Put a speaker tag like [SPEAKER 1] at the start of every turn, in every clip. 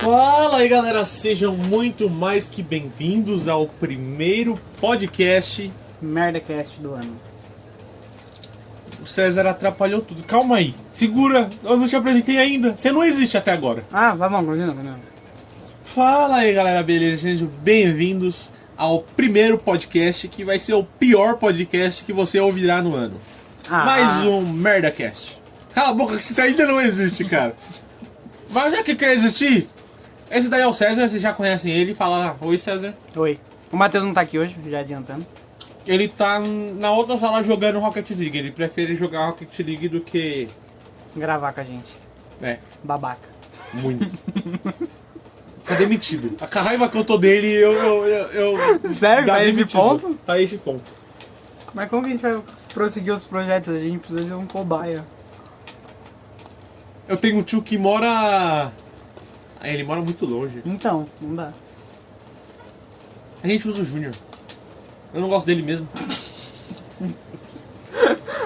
[SPEAKER 1] Fala aí galera, sejam muito mais que bem-vindos ao primeiro podcast.
[SPEAKER 2] Merdacast do ano.
[SPEAKER 1] O César atrapalhou tudo. Calma aí, segura, eu não te apresentei ainda. Você não existe até agora.
[SPEAKER 2] Ah, tá bom, continua, continua.
[SPEAKER 1] Fala aí galera, beleza? Sejam bem-vindos ao primeiro podcast que vai ser o pior podcast que você ouvirá no ano.
[SPEAKER 2] Ah.
[SPEAKER 1] Mais um MerdaCast. Cala a boca que isso daí ainda não existe, cara. Mas já que quer existir, esse daí é o César, vocês já conhecem ele. Fala, lá, oi César.
[SPEAKER 2] Oi. um. O Matheus não tá aqui hoje, já adiantando.
[SPEAKER 1] Ele tá na outra sala jogando Rocket League. Ele prefere jogar Rocket League do que.
[SPEAKER 2] Gravar com a gente.
[SPEAKER 1] É,
[SPEAKER 2] Babaca.
[SPEAKER 1] muito. tá demitido. A raiva que eu tô dele, eu. eu, eu, eu-
[SPEAKER 2] Sério? Tá esse ponto?
[SPEAKER 1] Tá esse ponto.
[SPEAKER 2] Mas como que a gente vai prosseguir os projetos? A gente precisa de um cobaia.
[SPEAKER 1] Eu tenho um tio que mora. Ah, Ele mora muito longe.
[SPEAKER 2] Então, não dá.
[SPEAKER 1] A gente usa o Júnior. Eu não gosto dele mesmo.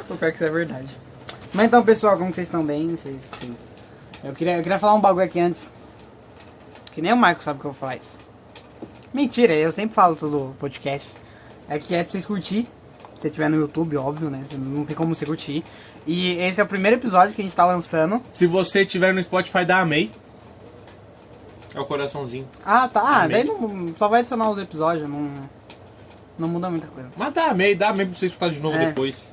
[SPEAKER 2] O pior que isso é verdade. Mas então, pessoal, como que vocês estão bem? Vocês- vocês- Eu, queria, eu queria falar um bagulho aqui antes. Que nem o Marco sabe que eu vou falar isso. Mentira, eu sempre falo todo podcast. É que é pra vocês curtir. Se você tiver no YouTube, óbvio, né? Não tem como você curtir. E esse é o primeiro episódio que a gente tá lançando.
[SPEAKER 1] Se você tiver no Spotify, dá amei. É o coraçãozinho.
[SPEAKER 2] Ah, tá. Ah, daí
[SPEAKER 1] Amei.
[SPEAKER 2] não, só vai adicionar os episódios, não, não muda muita coisa.
[SPEAKER 1] Mas dá amei, dá amei pra você escutar de novo
[SPEAKER 2] É.
[SPEAKER 1] depois.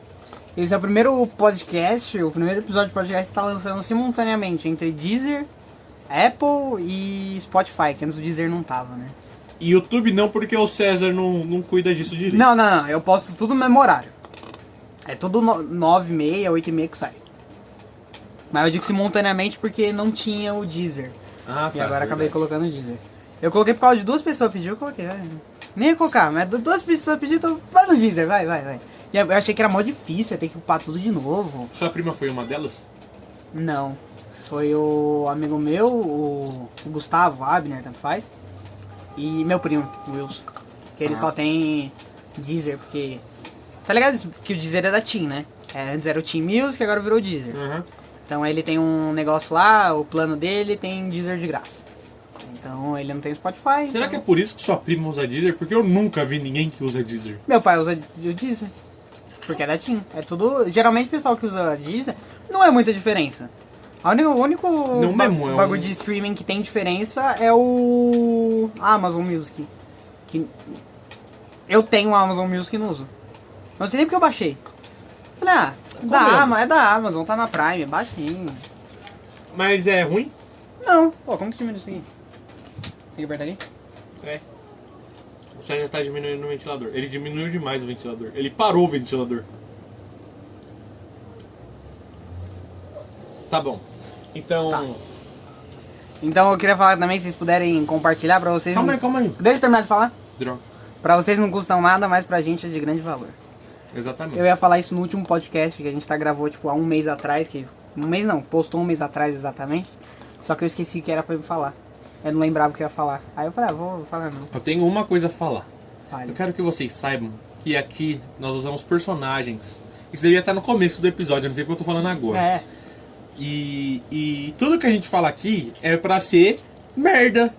[SPEAKER 2] Esse é o primeiro podcast, o primeiro episódio de podcast que tá lançando simultaneamente entre Deezer, Apple e Spotify, que antes o Deezer não tava, né?
[SPEAKER 1] E YouTube não, porque o César não, não cuida disso direito.
[SPEAKER 2] Não, não, não, eu posto tudo no mesmo horário. É tudo no- nove e meia, oito e meia que sai. Mas eu digo simultaneamente porque não tinha o Deezer.
[SPEAKER 1] Ah,
[SPEAKER 2] E agora acabei colocando o Deezer. Eu coloquei por causa de duas pessoas pediu, eu coloquei. vai. Nem ia colocar, mas du- duas pessoas pediu, então vai no Deezer, vai, vai, vai. E eu achei que era mó difícil, ia ter que upar tudo de novo.
[SPEAKER 1] Sua prima foi uma delas?
[SPEAKER 2] Não. Foi o amigo meu, o Gustavo Abner, tanto faz. E meu primo, o Wilson. Que
[SPEAKER 1] Ah.
[SPEAKER 2] ele só tem Deezer, porque. Tá ligado que o Deezer é da Team, né? É, antes era o Team Music, agora virou o Deezer.
[SPEAKER 1] Aham.
[SPEAKER 2] Então ele tem um negócio lá, o plano dele tem Deezer de graça. Então ele não tem Spotify.
[SPEAKER 1] Será
[SPEAKER 2] então-
[SPEAKER 1] que é por isso que sua prima usa Deezer? Porque eu nunca vi ninguém que usa Deezer.
[SPEAKER 2] Meu pai usa o Deezer. Porque é da Tim. É tudo. Geralmente o pessoal que usa Deezer não é muita diferença. A única- O único,
[SPEAKER 1] Não
[SPEAKER 2] ba-
[SPEAKER 1] mesmo, é um-
[SPEAKER 2] bagulho de streaming que tem diferença é o Amazon Music. Que eu tenho o Amazon Music e não uso. Não sei nem porque eu baixei. Falei, ah, da
[SPEAKER 1] Convenhamos.
[SPEAKER 2] Ama, é da Amazon, tá na Prime, baixinho.
[SPEAKER 1] Mas é ruim?
[SPEAKER 2] Não, pô, como que diminui isso aqui? Tem que apertar aqui?
[SPEAKER 1] É. O César tá diminuindo o ventilador. Ele diminuiu demais o ventilador. Ele parou o ventilador. Tá bom. Então.
[SPEAKER 2] Tá. Então eu queria falar também, se vocês puderem compartilhar pra vocês.
[SPEAKER 1] Calma
[SPEAKER 2] não-
[SPEAKER 1] aí, calma aí.
[SPEAKER 2] Deixa eu terminar de falar.
[SPEAKER 1] Droga.
[SPEAKER 2] Pra vocês não custam nada, mas pra gente é de grande valor.
[SPEAKER 1] Exatamente.
[SPEAKER 2] Eu ia falar isso no último podcast que a gente tá gravou, tipo, há um mês atrás, que. Um mês não, postou um mês atrás exatamente. Só que eu esqueci que era pra eu falar. Eu não lembrava o que eu ia falar. Aí eu falei, ah, vou falar não.
[SPEAKER 1] Eu tenho uma coisa a falar.
[SPEAKER 2] Fale.
[SPEAKER 1] Eu quero que vocês saibam que aqui nós usamos personagens. Isso devia estar no começo do episódio, eu não sei porque eu tô falando agora.
[SPEAKER 2] É,
[SPEAKER 1] E, e tudo que a gente fala aqui é pra ser merda.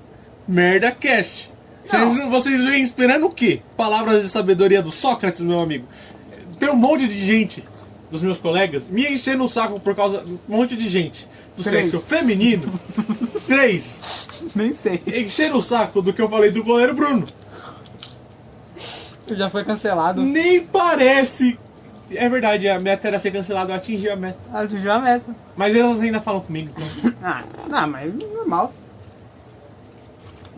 [SPEAKER 1] Merda cast. Vocês, vocês vêm esperando o quê? Palavras de sabedoria do Sócrates, meu amigo. Tem um monte de gente dos meus colegas me enchendo o saco por causa. Um monte de gente do
[SPEAKER 2] Três.
[SPEAKER 1] sexo feminino. três.
[SPEAKER 2] nem sei.
[SPEAKER 1] Enchendo o saco do que eu falei do goleiro Bruno.
[SPEAKER 2] Já foi cancelado.
[SPEAKER 1] Nem parece. É verdade, a meta era ser cancelada, eu atingi a meta.
[SPEAKER 2] Atingiu a meta.
[SPEAKER 1] Mas elas ainda falam comigo, então.
[SPEAKER 2] Ah, não, mas normal.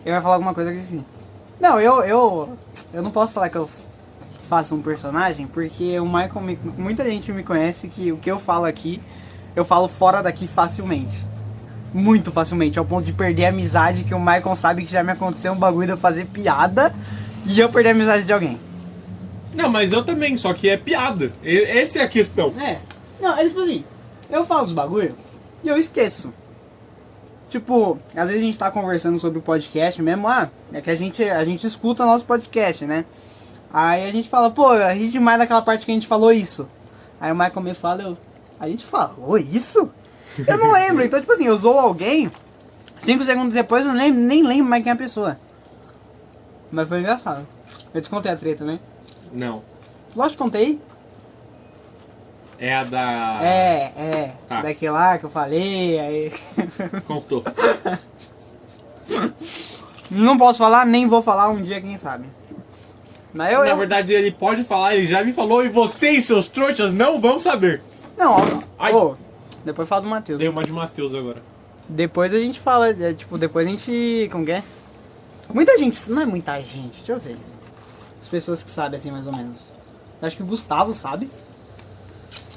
[SPEAKER 2] Eu ia falar alguma coisa que sim. Não, eu, eu. Eu não posso falar que eu faço um personagem, porque o Michael. me- muita gente me conhece que o que eu falo aqui, eu falo fora daqui facilmente. Muito facilmente, ao ponto de perder a amizade que o Michael sabe que já me aconteceu um bagulho de eu fazer piada e eu perder a amizade de alguém.
[SPEAKER 1] Não, mas eu também, só que é piada. E- Essa é a questão.
[SPEAKER 2] É. Não, é tipo assim, eu falo os bagulho e eu esqueço. Tipo, às vezes a gente tá conversando sobre o podcast mesmo, ah, é que a gente, a gente escuta nosso podcast, né? Aí a gente fala, pô, eu ri demais daquela parte que a gente falou isso. Aí o Michael me fala, eu, a gente falou isso? Eu não lembro, então tipo assim, eu zoo alguém, cinco segundos depois eu nem, nem lembro mais quem é a pessoa. Mas foi engraçado. Eu te contei a treta, né?
[SPEAKER 1] Não.
[SPEAKER 2] Lógico que contei.
[SPEAKER 1] É a da.
[SPEAKER 2] É, é.
[SPEAKER 1] Tá.
[SPEAKER 2] Daqui lá que eu falei, aí.
[SPEAKER 1] Contou.
[SPEAKER 2] não posso falar, nem vou falar um dia, quem sabe. Mas eu.
[SPEAKER 1] Na
[SPEAKER 2] eu-
[SPEAKER 1] verdade, ele pode falar, ele já me falou, e vocês, seus trouxas, não vão saber.
[SPEAKER 2] Não, ó.
[SPEAKER 1] Ai.
[SPEAKER 2] ô, depois fala do Matheus.
[SPEAKER 1] Dei uma de Matheus agora.
[SPEAKER 2] Depois a gente fala, é, tipo, depois a gente. Como que é? Muita gente, não é muita gente, deixa eu ver. As pessoas que sabem, assim, mais ou menos. Eu Acho que o Gustavo sabe.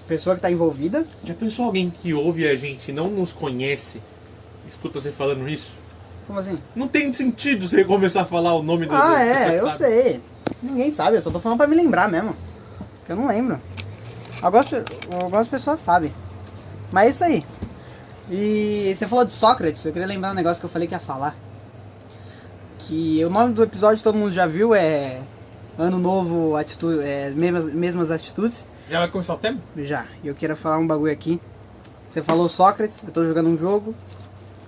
[SPEAKER 2] Pessoa que tá envolvida.
[SPEAKER 1] Já pensou alguém que ouve a gente e não nos conhece? Escuta você falando isso?
[SPEAKER 2] Como assim?
[SPEAKER 1] Não tem sentido você começar a falar o nome do
[SPEAKER 2] Ah,
[SPEAKER 1] da pessoa que
[SPEAKER 2] é, eu
[SPEAKER 1] sabe.
[SPEAKER 2] sei. Ninguém sabe, eu só tô falando pra me lembrar mesmo. Porque eu não lembro. Algumas, pe- algumas pessoas sabem. Mas é isso aí. E você falou de Sócrates, eu queria lembrar um negócio que eu falei que ia falar. Que o nome do episódio todo mundo já viu é Ano Novo, atitude, é, mesmas, mesmas atitudes.
[SPEAKER 1] Já vai começar o tema?
[SPEAKER 2] Já, e eu quero falar um bagulho aqui. Você falou Sócrates, eu tô jogando um jogo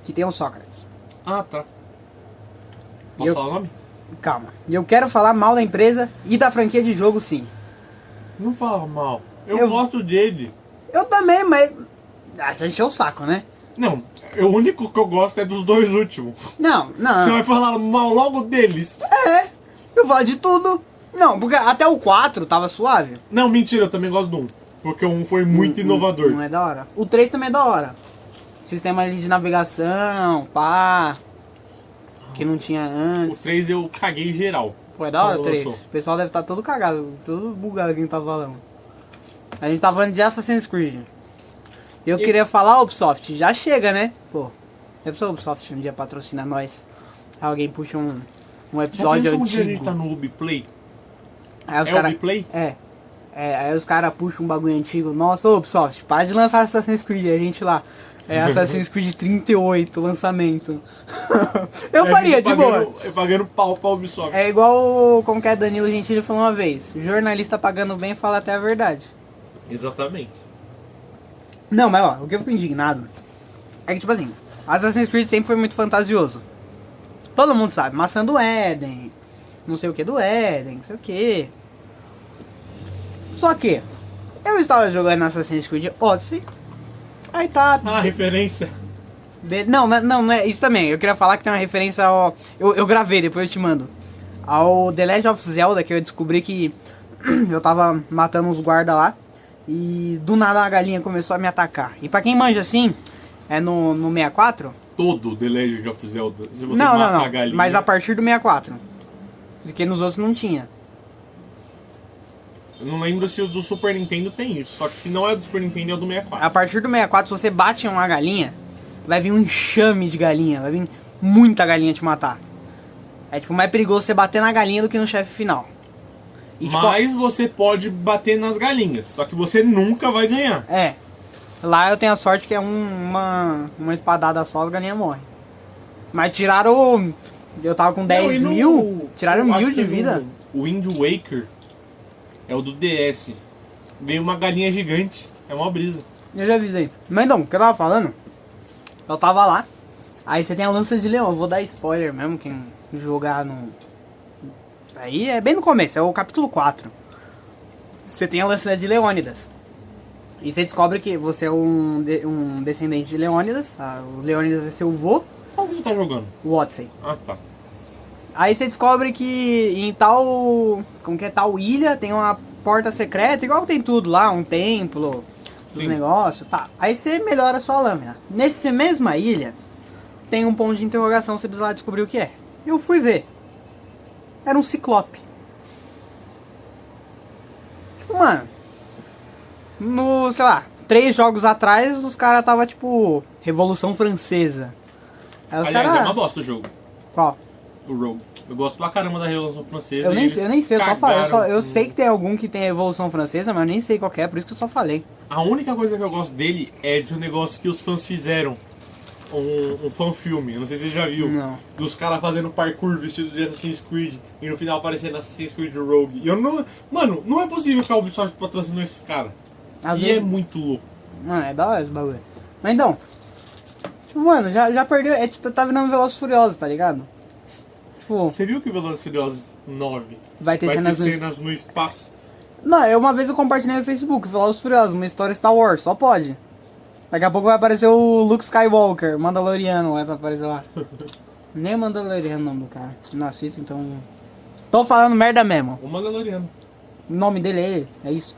[SPEAKER 2] que tem o Sócrates.
[SPEAKER 1] Ah, tá. Posso
[SPEAKER 2] Eu-
[SPEAKER 1] falar o nome?
[SPEAKER 2] Calma. E eu quero falar mal da empresa e da franquia de jogo sim.
[SPEAKER 1] Não fala mal. Eu,
[SPEAKER 2] Eu-
[SPEAKER 1] gosto dele.
[SPEAKER 2] Eu também, mas. Ah, você encheu o saco, né?
[SPEAKER 1] Não, o único que eu gosto é dos dois últimos.
[SPEAKER 2] Não,
[SPEAKER 1] Você
[SPEAKER 2] não.
[SPEAKER 1] vai falar mal logo deles.
[SPEAKER 2] É, eu falo de tudo. Não, porque até o 4 tava suave.
[SPEAKER 1] Não, mentira, eu também gosto do um. Porque um foi muito inovador.
[SPEAKER 2] Não é da hora. O 3 também é da hora. Sistema ali de navegação, pá. Que não tinha
[SPEAKER 1] O
[SPEAKER 2] antes.
[SPEAKER 1] 3 eu caguei geral.
[SPEAKER 2] Pô, é da hora o
[SPEAKER 1] Quando
[SPEAKER 2] 3. O
[SPEAKER 1] lançou.
[SPEAKER 2] pessoal deve estar todo cagado, todo bugado que a gente tá falando. A gente tá falando de Assassin's Creed. Eu
[SPEAKER 1] E-
[SPEAKER 2] queria falar, Ubisoft, já chega, né? Pô, já pensou Ubisoft um dia patrocina nós? Aí alguém puxa um, um
[SPEAKER 1] Já
[SPEAKER 2] episódio
[SPEAKER 1] pensou um dia a gente
[SPEAKER 2] antigo.
[SPEAKER 1] tá no Ubiplay?
[SPEAKER 2] Aí os
[SPEAKER 1] É
[SPEAKER 2] cara...
[SPEAKER 1] Ubiplay?
[SPEAKER 2] É. É, aí os caras puxam um bagulho antigo. Nossa, ô Ubisoft, para de lançar Assassin's Creed. Aí A gente lá. É Assassin's Creed 38, lançamento. Eu
[SPEAKER 1] É,
[SPEAKER 2] faria,
[SPEAKER 1] gente
[SPEAKER 2] de boa.
[SPEAKER 1] pagando- é Pagando pau pra Ubisoft.
[SPEAKER 2] É igual o- como que é Danilo Gentili falou uma vez. Jornalista pagando bem fala até a verdade.
[SPEAKER 1] Exatamente.
[SPEAKER 2] Não, mas ó, o que eu fico indignado é que, tipo assim, Assassin's Creed sempre foi muito fantasioso. Todo mundo sabe, maçã do Éden, não sei o que do Éden, não sei o que. Só que, eu estava jogando Assassin's Creed Odyssey, aí tá...
[SPEAKER 1] Ah, referência.
[SPEAKER 2] De- Não, não, não, não é isso também. Eu queria falar que tem uma referência ao. Eu, eu gravei, depois eu te mando. Ao The Legend of Zelda, que eu descobri que eu tava matando uns guarda lá. E do nada a galinha começou a me atacar. E pra quem manja assim, é no, no 64?
[SPEAKER 1] Todo The Legend of Zelda. Se você
[SPEAKER 2] não,
[SPEAKER 1] mata
[SPEAKER 2] não, não.
[SPEAKER 1] a galinha.
[SPEAKER 2] Mas a partir do 64. Porque nos outros não tinha.
[SPEAKER 1] Eu não lembro se o do Super Nintendo tem isso. Só que se não é do Super Nintendo, é o do 64.
[SPEAKER 2] A tipo, partir do 64, se você bate em uma galinha, vai vir um enxame de galinha, vai vir muita galinha te matar. É tipo mais perigoso você bater na galinha do que no chefe final. E, tipo,
[SPEAKER 1] Mas você pode bater nas galinhas. Só que você nunca vai ganhar.
[SPEAKER 2] É. Lá eu tenho a sorte que é um- uma, uma espadada só, a galinha morre. Mas tiraram. Eu tava com 10
[SPEAKER 1] Não, e
[SPEAKER 2] mil,
[SPEAKER 1] no-
[SPEAKER 2] tiraram
[SPEAKER 1] eu acho
[SPEAKER 2] mil
[SPEAKER 1] que
[SPEAKER 2] de
[SPEAKER 1] no-
[SPEAKER 2] vida.
[SPEAKER 1] O Wind Waker é o do DS. Veio uma galinha gigante. É uma brisa.
[SPEAKER 2] Eu já avisei. Mas então, o que eu tava falando? Eu tava lá. Aí você tem a lança de leão. Eu vou dar spoiler mesmo, quem jogar no. Aí é bem no começo, é o capítulo 4. Você tem a lança de Leônidas. E você descobre que você é um, de- um descendente de Leônidas. Ah, o Leônidas é seu vô,
[SPEAKER 1] Qual você tá jogando?
[SPEAKER 2] o Odyssey.
[SPEAKER 1] Ah, tá.
[SPEAKER 2] Aí você descobre que em tal. Como que é? Tal ilha tem uma porta secreta, igual tem tudo lá, um templo, os
[SPEAKER 1] Sim.
[SPEAKER 2] negócios, tá. Aí você melhora a sua lâmina. Nessa mesma ilha, tem um ponto de interrogação, você precisa lá descobrir o que é. Eu fui ver. Era um ciclope. Tipo, mano. No, sei lá, três jogos atrás, os caras tava tipo. Revolução Francesa. Aí os
[SPEAKER 1] Aliás,
[SPEAKER 2] cara-
[SPEAKER 1] é uma bosta o jogo.
[SPEAKER 2] Qual?
[SPEAKER 1] o Rogue. Eu gosto pra caramba da Revolução Francesa.
[SPEAKER 2] Eu
[SPEAKER 1] e
[SPEAKER 2] nem,
[SPEAKER 1] eles
[SPEAKER 2] sei- eu nem sei, eu só falei. Eu, só-
[SPEAKER 1] cagaram
[SPEAKER 2] eu
[SPEAKER 1] com-
[SPEAKER 2] sei que tem algum que tem Revolução Francesa, mas eu nem sei qual que é, por isso que eu só falei.
[SPEAKER 1] A única coisa que eu gosto dele é de um negócio que os fãs fizeram. Um, um fã-filme, eu não sei se você já viu.
[SPEAKER 2] Não.
[SPEAKER 1] Dos caras fazendo parkour vestidos de Assassin's Creed e no final aparecendo Assassin's Creed Rogue. E eu não. Mano, não é possível que a Ubisoft patrocinou esses caras.
[SPEAKER 2] Às
[SPEAKER 1] E é
[SPEAKER 2] vezes-
[SPEAKER 1] muito louco.
[SPEAKER 2] Não, é da hora esse bagulho. Mas então, tipo, mano, já, já perdeu. É, tipo, tá virando Velozes e Furiosos, tá ligado? Tipo,
[SPEAKER 1] Você viu que o Velozes e Furiosos 9
[SPEAKER 2] vai ter
[SPEAKER 1] vai
[SPEAKER 2] cenas.
[SPEAKER 1] ter
[SPEAKER 2] no-
[SPEAKER 1] cenas no espaço?
[SPEAKER 2] Não, eu uma vez eu compartilhei no Facebook, Velozes e Furiosos, uma história Star Wars, só pode. Daqui a pouco vai aparecer o Luke Skywalker, Mandaloriano, vai aparecer lá. Nem Mandaloriano é o nome do cara. Não assisto, então. Tô falando merda mesmo.
[SPEAKER 1] O Mandaloriano.
[SPEAKER 2] O nome dele é ele, é isso.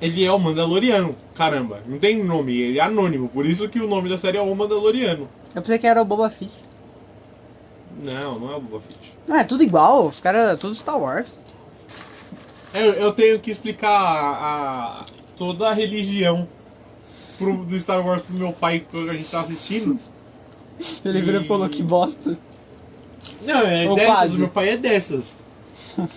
[SPEAKER 1] Ele é o Mandaloriano, caramba. Não tem nome, ele é anônimo. Por isso que o nome da série é o Mandaloriano.
[SPEAKER 2] Eu pensei que era o Boba Fett.
[SPEAKER 1] Não, não é o Boba Fett.
[SPEAKER 2] Ah, é tudo igual, os caras, tudo Star Wars.
[SPEAKER 1] Eu, eu tenho que explicar a, a- toda a religião pro- do Star Wars pro meu pai quando a gente tá assistindo.
[SPEAKER 2] Ele virou e falou que bosta.
[SPEAKER 1] Não, é
[SPEAKER 2] Ou
[SPEAKER 1] dessas,
[SPEAKER 2] quase.
[SPEAKER 1] o meu pai é dessas. Eu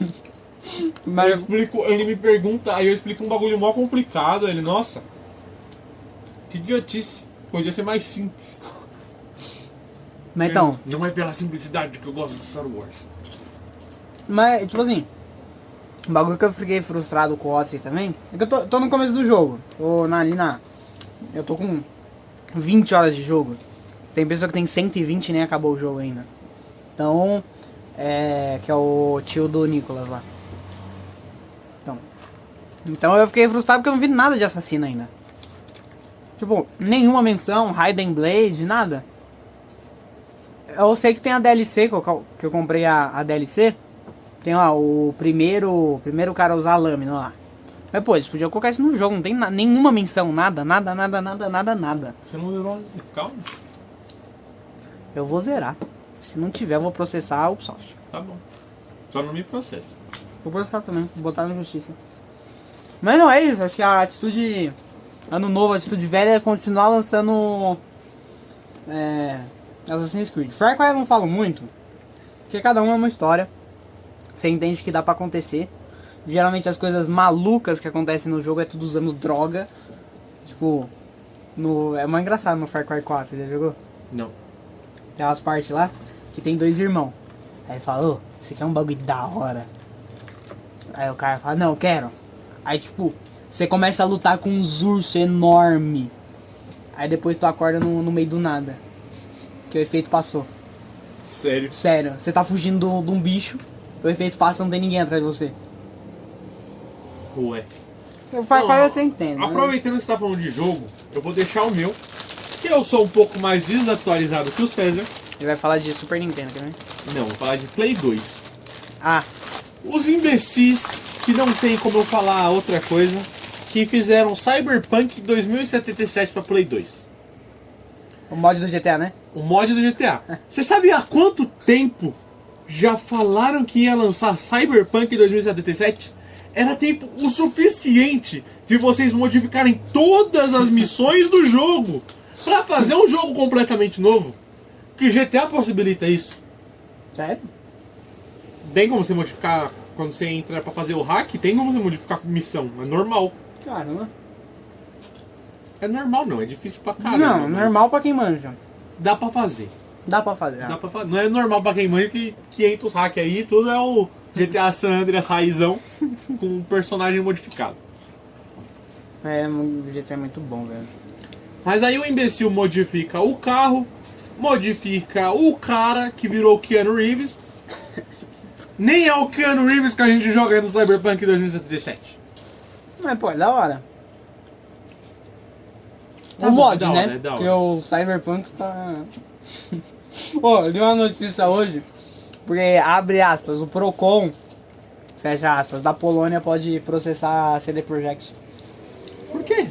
[SPEAKER 2] Mas
[SPEAKER 1] explico, ele me pergunta, aí eu explico um bagulho mó complicado, ele, nossa. Que idiotice. Podia ser mais simples.
[SPEAKER 2] Mas então,
[SPEAKER 1] Não é pela simplicidade que eu gosto de Star Wars.
[SPEAKER 2] mas tipo assim, o bagulho que eu fiquei frustrado com o Odyssey também, é que eu tô, tô no começo do jogo, tô na, ali na, eu tô com 20 horas de jogo, tem pessoa que tem 120 e nem acabou o jogo ainda, então, é, que é o tio do Nicolas lá, então, então eu fiquei frustrado porque eu não vi nada de assassino ainda, tipo, nenhuma menção, Raiden Blade, nada, Eu sei que tem a DLC, que eu, que eu comprei a, a DLC. Tem lá o primeiro, o primeiro cara a usar a lâmina lá. Mas pô, eles podiam colocar isso no jogo, não tem na- nenhuma menção, nada, nada, nada, nada, nada, nada.
[SPEAKER 1] Você não zerou. Calma,
[SPEAKER 2] Eu vou zerar. Se não tiver, eu vou processar a Ubisoft.
[SPEAKER 1] tá bom. Só não me processa.
[SPEAKER 2] Vou processar também, vou botar na justiça. Mas não é isso, acho que a atitude. Ano novo, a atitude velha é continuar lançando. É. Assassin's Creed. Far Cry eu não falo muito, porque cada um é uma história. Você entende que dá pra acontecer. Geralmente as coisas malucas que acontecem no jogo é tudo usando droga. Tipo. No, é mais engraçado no Far Cry 4, já jogou?
[SPEAKER 1] Não.
[SPEAKER 2] Tem umas partes lá que tem dois irmãos. Aí fala, ô, você quer um bagulho da hora? Aí o cara fala, não, eu quero. Aí tipo, você começa a lutar com uns ursos enorme. Aí depois tu acorda no, no meio do nada. Que o efeito passou.
[SPEAKER 1] Sério.
[SPEAKER 2] Sério, você tá fugindo do- de um bicho, o efeito passa, não tem ninguém atrás de você.
[SPEAKER 1] Ué.
[SPEAKER 2] O Far
[SPEAKER 1] Não,
[SPEAKER 2] Cry eu até entendo. né?
[SPEAKER 1] Aproveitando que você tá falando de jogo, eu vou deixar o meu. Que eu sou um pouco mais desatualizado que o César.
[SPEAKER 2] Ele vai falar de Super Nintendo também.
[SPEAKER 1] Não, vou falar de Play 2.
[SPEAKER 2] Ah,
[SPEAKER 1] Os imbecis, que não tem como eu falar outra coisa, que fizeram Cyberpunk 2077 pra Play 2.
[SPEAKER 2] o mod do GTA, né?
[SPEAKER 1] O mod do GTA. Você sabe há quanto tempo já falaram que ia lançar Cyberpunk 2077? Era tempo o suficiente de vocês modificarem todas as missões do jogo pra fazer um jogo completamente novo. Que GTA possibilita isso.
[SPEAKER 2] Sério?
[SPEAKER 1] Tem como você modificar quando você entra pra fazer o hack? Tem como você modificar missão? É normal.
[SPEAKER 2] Caramba.
[SPEAKER 1] É normal não, é difícil pra caramba.
[SPEAKER 2] Não,
[SPEAKER 1] mas
[SPEAKER 2] normal pra quem manja.
[SPEAKER 1] Dá pra fazer.
[SPEAKER 2] Dá pra fazer. ah.
[SPEAKER 1] Dá pra falar. Não é normal pra quem manja que 500 hack aí, tudo é o GTA San Andreas raizão com um personagem modificado.
[SPEAKER 2] É, o GTA é muito bom, velho.
[SPEAKER 1] Mas aí o imbecil modifica o carro, modifica o cara que virou o Keanu Reeves. Nem é o Keanu Reeves que a gente joga no Cyberpunk 2077.
[SPEAKER 2] Mas, pô, é da hora.
[SPEAKER 1] Tá
[SPEAKER 2] o
[SPEAKER 1] bom,
[SPEAKER 2] mod,
[SPEAKER 1] é da hora,
[SPEAKER 2] né?
[SPEAKER 1] é da hora.
[SPEAKER 2] Porque o Cyberpunk tá... Pô, eu li uma notícia hoje, porque abre aspas, o Procon, fecha aspas, da Polônia pode processar a CD Projekt.
[SPEAKER 1] Por quê?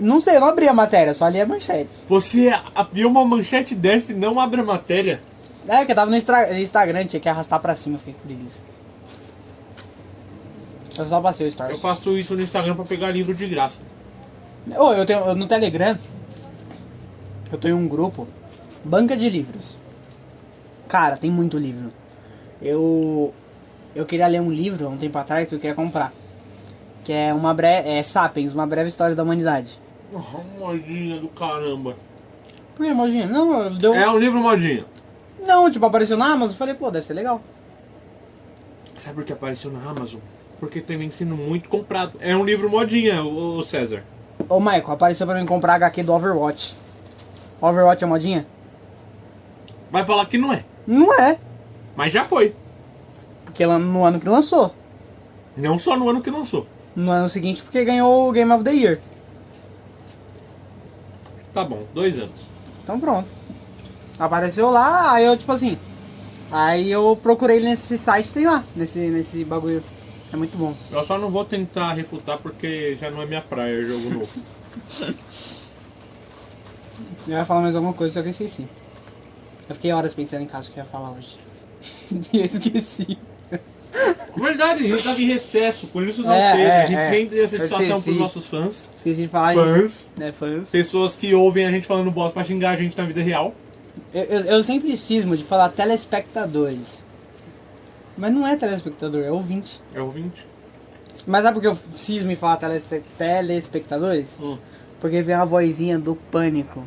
[SPEAKER 2] Não sei, eu não abri a matéria, só li a manchete.
[SPEAKER 1] Você a- viu uma manchete dessa e não abre a matéria?
[SPEAKER 2] É, que eu tava no Instra- Instagram, tinha que arrastar pra cima, eu fiquei com preguiça. Eu só passei o
[SPEAKER 1] Eu
[SPEAKER 2] Stars.
[SPEAKER 1] faço isso no Instagram pra pegar livro de graça.
[SPEAKER 2] Ô, eu tenho eu- no Telegram, eu tenho um grupo, banca de livros. Cara, tem muito livro. Eu. Eu queria ler um livro há um tempo atrás que eu queria comprar. Que é uma breve. É Sapiens, uma breve história da humanidade.
[SPEAKER 1] Oh, modinha do caramba.
[SPEAKER 2] Por que, Maldinha? Não, eu- deu.
[SPEAKER 1] É um livro modinha.
[SPEAKER 2] Não, tipo, apareceu na Amazon. Eu falei, pô, deve ser legal.
[SPEAKER 1] Sabe por que apareceu na Amazon? Porque tem sendo muito comprado. É um livro modinha, o o César.
[SPEAKER 2] Ô, Michael, apareceu pra mim comprar HQ do Overwatch. Overwatch é modinha?
[SPEAKER 1] Vai falar que não é.
[SPEAKER 2] Não é.
[SPEAKER 1] Mas já foi.
[SPEAKER 2] Porque ela, no ano que lançou.
[SPEAKER 1] Não só no ano que lançou.
[SPEAKER 2] No ano seguinte, porque ganhou o Game of the Year.
[SPEAKER 1] Tá bom, dois anos.
[SPEAKER 2] Então pronto. Apareceu lá, aí eu tipo assim. Aí eu procurei nesse site, tem lá, nesse, nesse bagulho. É muito bom.
[SPEAKER 1] Eu só não vou tentar refutar porque já não é minha praia jogo novo.
[SPEAKER 2] Eu ia falar mais alguma coisa, só que eu esqueci. Eu fiquei horas pensando em caso que eu ia falar hoje. e eu esqueci.
[SPEAKER 1] Verdade, a gente tava em recesso, por isso não
[SPEAKER 2] É,
[SPEAKER 1] teve.
[SPEAKER 2] é,
[SPEAKER 1] a gente
[SPEAKER 2] é.
[SPEAKER 1] nem deu
[SPEAKER 2] Eu
[SPEAKER 1] satisfação pros
[SPEAKER 2] esqueci.
[SPEAKER 1] nossos fãs.
[SPEAKER 2] Esqueci de falar em.
[SPEAKER 1] Fãs.
[SPEAKER 2] Né, fãs.
[SPEAKER 1] Pessoas que ouvem a gente falando bosta pra xingar a gente na vida real.
[SPEAKER 2] Eu, eu, eu sempre cismo de falar telespectadores. Mas não é telespectador, é ouvinte.
[SPEAKER 1] É ouvinte.
[SPEAKER 2] Mas sabe por que eu cismo em falar teleste- telespectadores?
[SPEAKER 1] Hum.
[SPEAKER 2] Porque vem a vozinha do pânico.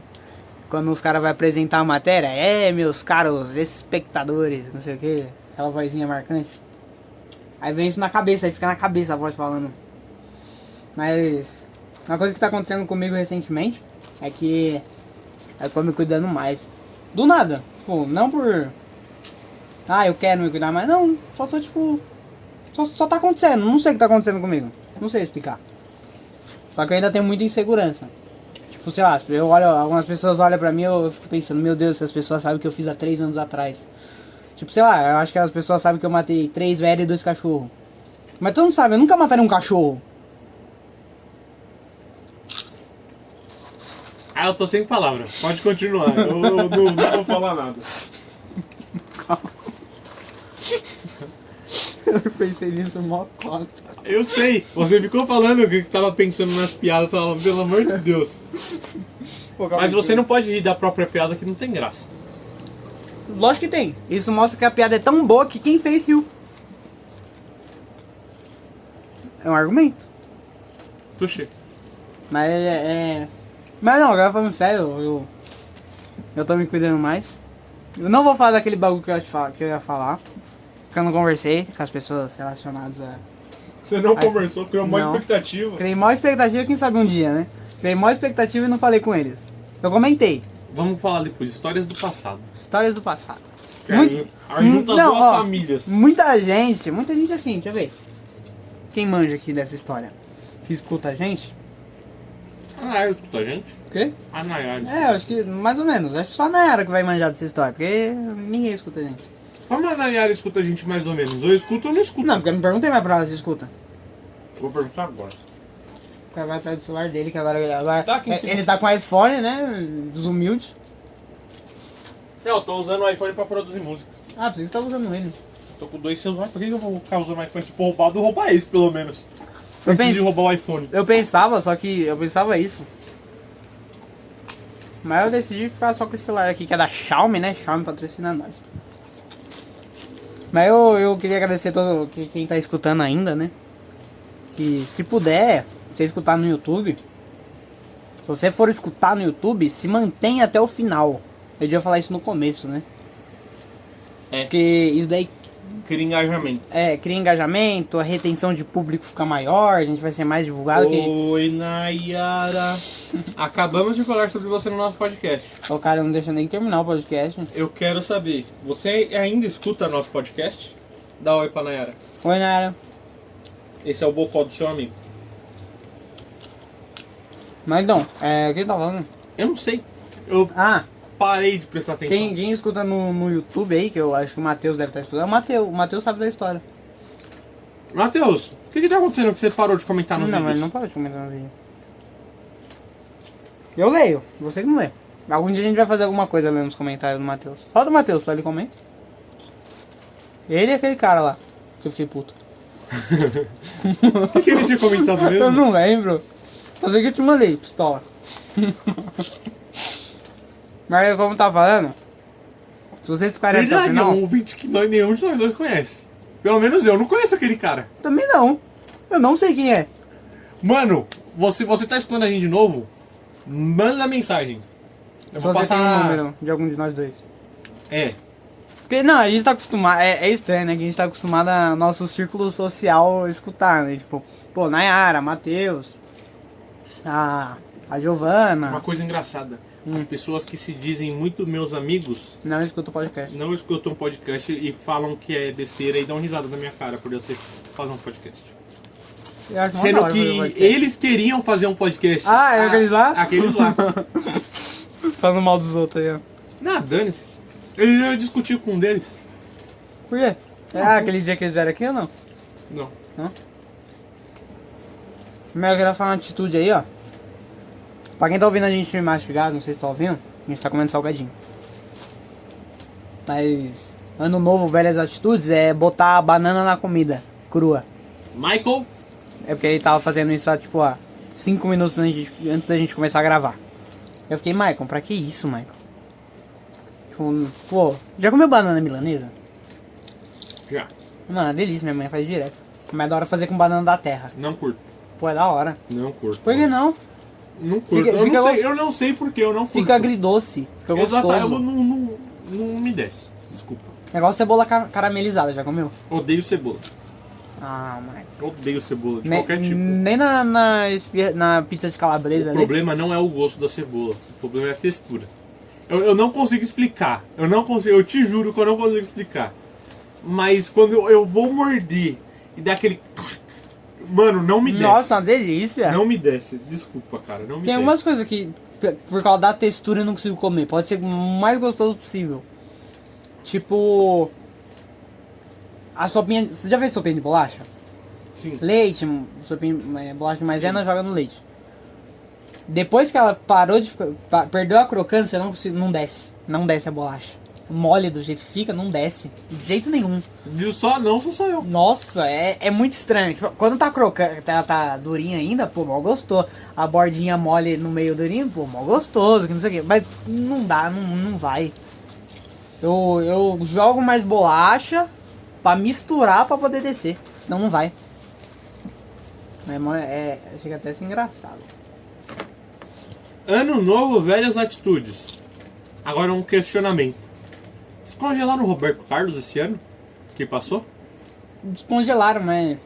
[SPEAKER 2] Quando os caras vão apresentar a matéria, é, meus caros espectadores, não sei o que, aquela vozinha marcante. Aí vem isso na cabeça, aí fica na cabeça a voz falando. Mas uma coisa que tá acontecendo comigo recentemente é que eu tô me cuidando mais. Do nada, tipo, não por. Ah, eu quero me cuidar mais, não, só tô tipo. Só, só tá acontecendo, não sei o que tá acontecendo comigo, não sei explicar. Só que eu ainda tenho muita insegurança. Tipo, sei lá, eu olho, algumas pessoas olham pra mim eu fico pensando, meu Deus, essas pessoas sabem o que eu fiz há três anos atrás. Tipo, sei lá, eu acho que as pessoas sabem que eu matei três velhos e dois cachorros. Mas todo mundo sabe, eu nunca mataria um cachorro.
[SPEAKER 1] Ah, eu tô sem palavras. Pode continuar. Eu, eu não, não vou falar nada.
[SPEAKER 2] eu pensei nisso mó cota.
[SPEAKER 1] Eu sei. Você ficou falando que tava pensando nas piadas. Tava, pelo amor de Deus. Mas você não pode rir da própria piada que não tem graça.
[SPEAKER 2] Lógico que tem. Isso mostra que a piada é tão boa que quem fez riu. É um argumento.
[SPEAKER 1] Tuxê.
[SPEAKER 2] Mas é. é- Mas não, agora falando sério, eu. Eu tô me cuidando mais. Eu não vou falar daquele bagulho que eu ia, te falar, que eu ia falar. Porque eu não conversei com as pessoas relacionadas a.
[SPEAKER 1] Você não
[SPEAKER 2] Ai,
[SPEAKER 1] conversou, criou uma
[SPEAKER 2] não.
[SPEAKER 1] expectativa.
[SPEAKER 2] Criei maior expectativa, quem sabe um dia, né? Criei maior expectativa e não falei com eles. Eu comentei.
[SPEAKER 1] Vamos falar depois. Histórias do passado.
[SPEAKER 2] Histórias do passado.
[SPEAKER 1] Muito... Junta as
[SPEAKER 2] Hum, Não,
[SPEAKER 1] duas
[SPEAKER 2] ó,
[SPEAKER 1] famílias.
[SPEAKER 2] Muita gente, muita gente assim, deixa eu ver. Quem manja aqui dessa história? Que escuta a gente?
[SPEAKER 1] A Nayara escuta a gente?
[SPEAKER 2] O quê?
[SPEAKER 1] A Nayara.
[SPEAKER 2] É, eu acho que mais ou menos. Acho que só a Nayara que vai manjar dessa história, porque ninguém escuta a gente.
[SPEAKER 1] Como a Nayara escuta a gente mais ou menos? Ou escuta ou não escuta?
[SPEAKER 2] Não, porque eu me perguntei mais pra ela se escuta.
[SPEAKER 1] Vou perguntar agora.
[SPEAKER 2] O cara vai atrás tá do celular dele, que agora. agora
[SPEAKER 1] Tá aqui em
[SPEAKER 2] é-
[SPEAKER 1] cima.
[SPEAKER 2] ele tá com iPhone, né? Dos humildes.
[SPEAKER 1] Eu tô usando o iPhone pra produzir música.
[SPEAKER 2] Ah, por isso que tá usando ele.
[SPEAKER 1] Tô com dois celulares. Por que que eu vou ficar usando o iPhone? Se for roubado, eu vou roubar esse pelo menos.
[SPEAKER 2] Eu,
[SPEAKER 1] Antes
[SPEAKER 2] pens-
[SPEAKER 1] de roubar o iPhone.
[SPEAKER 2] eu pensava, só que eu pensava isso. Mas eu decidi ficar só com esse celular aqui, que é da Xiaomi, né? Xiaomi patrocina nós. Mas eu, eu queria agradecer todo que- quem tá escutando ainda, né? Que se puder, você escutar no YouTube. Se você for escutar no YouTube, se mantenha até o final. Eu devia falar isso no começo, né?
[SPEAKER 1] É.
[SPEAKER 2] Porque isso daí
[SPEAKER 1] Cria engajamento.
[SPEAKER 2] é, cria engajamento, a retenção de público fica maior, a gente vai ser mais divulgado. que-
[SPEAKER 1] Oi, Nayara. Acabamos de falar sobre você no nosso podcast.
[SPEAKER 2] O cara não deixa nem terminar o podcast.
[SPEAKER 1] Eu quero saber, você ainda escuta nosso podcast? Dá oi pra Nayara.
[SPEAKER 2] Oi, Nara.
[SPEAKER 1] Esse é o bocó do seu amigo.
[SPEAKER 2] Mas não, é, o que eu tava falando?
[SPEAKER 1] Eu não sei. Eu
[SPEAKER 2] Ah,
[SPEAKER 1] parei de prestar atenção.
[SPEAKER 2] quem, quem escuta no, no YouTube aí, que eu acho que o Matheus deve estar escutando, é o Matheus. O Matheus sabe da história.
[SPEAKER 1] Matheus, o que, que tá acontecendo que você parou de comentar nos
[SPEAKER 2] Ah, não, mas
[SPEAKER 1] vídeos?
[SPEAKER 2] não pode comentar no vídeo. Eu leio, você que não lê. Algum dia a gente vai fazer alguma coisa lendo os comentários do Matheus. Só do Matheus, só ele comenta. Ele e aquele cara lá, que eu fiquei puto.
[SPEAKER 1] O que, que ele tinha comentado mesmo?
[SPEAKER 2] Eu não lembro. Só sei que eu te mandei, pistola. Mas como eu tava falando, tá se vocês ficarem até o
[SPEAKER 1] Verdade, é
[SPEAKER 2] final.
[SPEAKER 1] um ouvinte que nós- nenhum de nós dois conhece. Pelo menos eu não conheço aquele cara.
[SPEAKER 2] Também não. Eu não sei quem é.
[SPEAKER 1] Mano, você, você tá escutando a gente de novo? Manda mensagem. Eu
[SPEAKER 2] Se
[SPEAKER 1] vou
[SPEAKER 2] você tem um
[SPEAKER 1] passar.
[SPEAKER 2] número de algum de nós dois.
[SPEAKER 1] É.
[SPEAKER 2] Porque, não, a gente tá acostumado. É, é estranho, né? Que a gente tá acostumado a nosso círculo social escutar, né? Tipo, pô, Nayara, Matheus, a, a Giovana.
[SPEAKER 1] Uma coisa engraçada.
[SPEAKER 2] Hum.
[SPEAKER 1] As pessoas que se dizem muito meus amigos
[SPEAKER 2] Não escuta o podcast.
[SPEAKER 1] não escutam podcast e falam que é besteira e dão risada na minha cara por eu ter fazer um podcast.
[SPEAKER 2] Eu acho mó da
[SPEAKER 1] Sendo
[SPEAKER 2] hora fazer
[SPEAKER 1] que
[SPEAKER 2] podcast.
[SPEAKER 1] eles queriam fazer um podcast.
[SPEAKER 2] Ah, é aqueles lá?
[SPEAKER 1] Aqueles lá.
[SPEAKER 2] Falando mal dos outros aí, ó.
[SPEAKER 1] não, dane-se. Eu já discuti com um deles.
[SPEAKER 2] Por quê?
[SPEAKER 1] Uhum.
[SPEAKER 2] Ah, aquele dia que eles vieram aqui ou não?
[SPEAKER 1] Não.
[SPEAKER 2] Primeiro eu queria falar uma atitude aí, ó. Pra quem tá ouvindo a gente mastigar, não sei se tá ouvindo, a gente tá comendo salgadinho. Mas ano novo, velhas atitudes, é botar a banana na comida, crua.
[SPEAKER 1] Michael,
[SPEAKER 2] É porque ele tava fazendo isso há tipo há 5 minutos antes, de- antes da gente começar a gravar. Eu fiquei, Maicon, pra que isso, Maicon? Tipo, pô, já comeu banana milanesa?
[SPEAKER 1] já.
[SPEAKER 2] Mano, é delícia, minha mãe faz direto. Mas é da hora fazer com banana da terra.
[SPEAKER 1] Não curto.
[SPEAKER 2] Pô, é da hora.
[SPEAKER 1] Não curto.
[SPEAKER 2] Por que não?
[SPEAKER 1] Não curto.
[SPEAKER 2] Fica-
[SPEAKER 1] eu,
[SPEAKER 2] fica
[SPEAKER 1] não sei,
[SPEAKER 2] gost-
[SPEAKER 1] eu não sei porque eu não curto.
[SPEAKER 2] Fica agridoce, fica
[SPEAKER 1] Exato, é
[SPEAKER 2] gostoso.
[SPEAKER 1] eu não, não, não me desce. Desculpa.
[SPEAKER 2] O negócio é cebola ca- caramelizada, já comeu?
[SPEAKER 1] Odeio cebola.
[SPEAKER 2] Ah, mano.
[SPEAKER 1] Odeio cebola de
[SPEAKER 2] Ne-
[SPEAKER 1] qualquer tipo.
[SPEAKER 2] Nem na, na, esfirra- na pizza de calabresa
[SPEAKER 1] O
[SPEAKER 2] ali.
[SPEAKER 1] problema não é o gosto da cebola, o problema é a textura. Eu, eu não consigo explicar. Eu não consigo, eu te juro que eu não consigo explicar. Mas quando eu, eu vou morder e dá aquele. Mano, não me desce.
[SPEAKER 2] Nossa, uma delícia.
[SPEAKER 1] é Não me desce. Desculpa, cara. Não
[SPEAKER 2] Tem
[SPEAKER 1] me desce.
[SPEAKER 2] algumas coisas que, p- por causa da textura, eu não consigo comer. Pode ser o mais gostoso possível. Tipo. A sopinha. Você já fez sopinha de bolacha?
[SPEAKER 1] Sim.
[SPEAKER 2] Leite, sopinha, é, bolacha de maisena,
[SPEAKER 1] Sim.
[SPEAKER 2] joga no leite. Depois que ela parou de ficar. pa- Perdeu a crocância, não, consigo- não desce. Não desce a bolacha. Mole do jeito que fica, não desce. De jeito nenhum.
[SPEAKER 1] Viu só? Não, sou só eu.
[SPEAKER 2] Nossa, é, é muito estranho. Tipo, quando tá crocante, ela tá durinha ainda, pô, mal gostou. A bordinha mole no meio durinho, pô, mal gostoso, que não sei o quê. Mas não dá, não, não vai. Eu, eu jogo mais bolacha pra misturar pra poder descer. Senão não vai. É, mo- é, chega até a ser engraçado.
[SPEAKER 1] Ano novo, velhas atitudes. Agora um questionamento. Descongelaram o Roberto Carlos esse ano? Que passou?
[SPEAKER 2] Descongelaram, mas.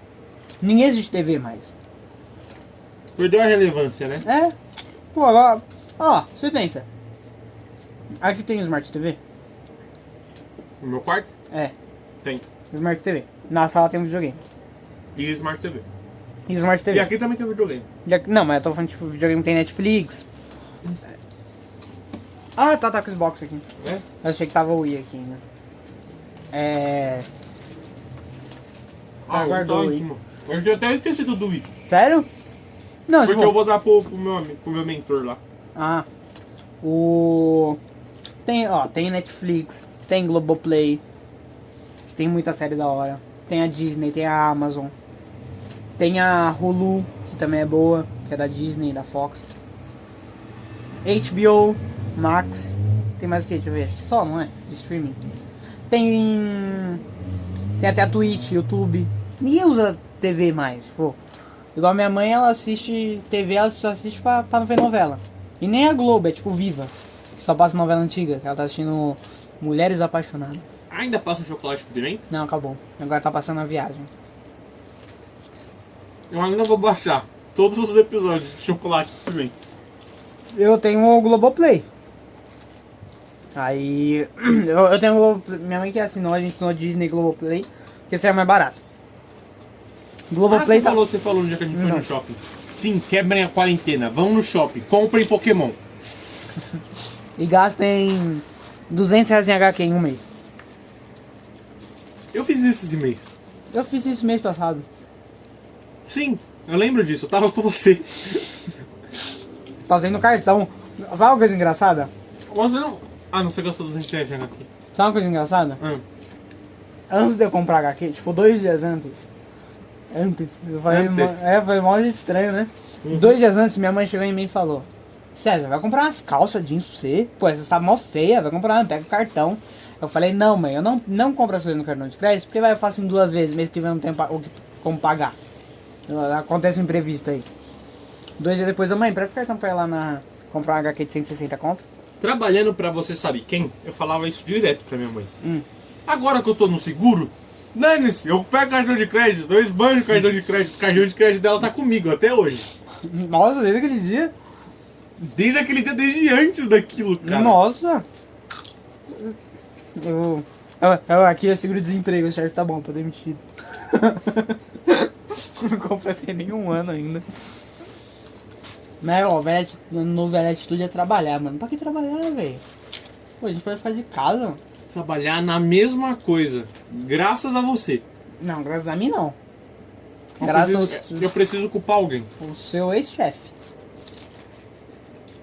[SPEAKER 2] Ninguém existe TV mais.
[SPEAKER 1] Perdeu a relevância, né?
[SPEAKER 2] É. Pô, agora. Ó, você pensa. Aqui tem Smart TV?
[SPEAKER 1] No meu quarto?
[SPEAKER 2] É.
[SPEAKER 1] Tem.
[SPEAKER 2] Smart TV. Na sala tem um videogame.
[SPEAKER 1] E Smart TV.
[SPEAKER 2] E Smart TV.
[SPEAKER 1] E aqui também tem videogame.
[SPEAKER 2] Já- Não, mas eu tô falando tipo, videogame tem Netflix. Ah, tá, tá com o Xbox aqui.
[SPEAKER 1] É?
[SPEAKER 2] Eu achei que tava o Wii aqui ainda. É.
[SPEAKER 1] Ah,
[SPEAKER 2] Ah, guardou
[SPEAKER 1] tá
[SPEAKER 2] aí.
[SPEAKER 1] ótimo. Eu já até esqueci do Wii.
[SPEAKER 2] Sério? Não,
[SPEAKER 1] Porque
[SPEAKER 2] tipo.
[SPEAKER 1] eu vou dar pro, pro meu, ami- pro meu mentor lá.
[SPEAKER 2] Ah. O. Tem, ó, tem Netflix, tem Globoplay. Que tem muita série da hora. Tem a Disney, tem a Amazon. Tem a Hulu, que também é boa, que é da Disney, da Fox. HBO, Max. Tem mais o que? Deixa eu ver, acho que só, não é? De streaming. Tem. Tem até a Twitch, YouTube. Ninguém usa TV mais, pô. Igual minha mãe, ela assiste TV, ela só assiste pra, pra não ver novela. E nem a Globo, é tipo Viva, que só passa novela antiga. Ela tá assistindo Mulheres Apaixonadas.
[SPEAKER 1] Ainda passa um chocolate com pimenta?
[SPEAKER 2] Não, acabou. Agora tá passando a viagem.
[SPEAKER 1] Eu ainda vou baixar todos os episódios de chocolate com pimenta.
[SPEAKER 2] Eu tenho o Globoplay. Aí. Eu, eu tenho o Globoplay. Minha mãe que assinou, a gente assinou Disney Globoplay, porque esse é mais barato.
[SPEAKER 1] Ah,
[SPEAKER 2] Globoplay
[SPEAKER 1] você
[SPEAKER 2] tá.
[SPEAKER 1] falou, você falou no dia que a gente foi
[SPEAKER 2] Não.
[SPEAKER 1] no shopping. Sim, quebrem a quarentena, vão no shopping, comprem Pokémon.
[SPEAKER 2] E gastem 200 reais em HQ em um mês.
[SPEAKER 1] Eu fiz isso esse mês.
[SPEAKER 2] Eu fiz isso mês passado.
[SPEAKER 1] Sim, eu lembro disso, eu tava com você.
[SPEAKER 2] Fazendo cartão. Sabe uma coisa engraçada?
[SPEAKER 1] Você não. Ah, não, você gastou 200 reais já aqui.
[SPEAKER 2] Sabe uma coisa engraçada?
[SPEAKER 1] Ah,
[SPEAKER 2] Antes de eu comprar HQ, tipo, dois dias antes. Antes. Eu falei,
[SPEAKER 1] Antes.
[SPEAKER 2] mó- é, foi mó jeito estranho, né? Dois dias antes, minha mãe chegou em mim e falou: César, vai comprar umas calças jeans pra você? Pô, essa tá mó feia, vai comprar, pega o cartão. Eu falei, não, mãe, eu não, não compro as coisas no cartão de crédito, porque vai, eu faço em duas vezes, mês que vem eu não tenho pa- o que, como pagar. Acontece um imprevisto aí. Dois dias depois, eu, mãe, presta o cartão pra ir lá na, comprar uma HQ de 160 conto.
[SPEAKER 1] Trabalhando pra você sabe quem, eu falava isso direto pra minha mãe.
[SPEAKER 2] Hum.
[SPEAKER 1] Agora que eu tô no seguro, dane-se, eu pego cartão de crédito, eu esbanjo o cartão de crédito. O cartão de crédito dela tá comigo até hoje.
[SPEAKER 2] Nossa, desde aquele dia.
[SPEAKER 1] Desde aquele dia, desde antes daquilo, cara.
[SPEAKER 2] Nossa! Eu, eu- eu- aqui é seguro-desemprego, certo? Tá bom, tô demitido. Não completei nenhum ano ainda. Mas, ó, velha ati- no velha atitude é trabalhar, mano. Pra que trabalhar, né, velho? Pô, a gente pode ficar de casa.
[SPEAKER 1] Trabalhar na mesma coisa, graças a você.
[SPEAKER 2] Não, graças a mim, não.
[SPEAKER 1] Eu
[SPEAKER 2] Graças aos-
[SPEAKER 1] preciso- Eu preciso culpar alguém.
[SPEAKER 2] ao seu ex-chefe.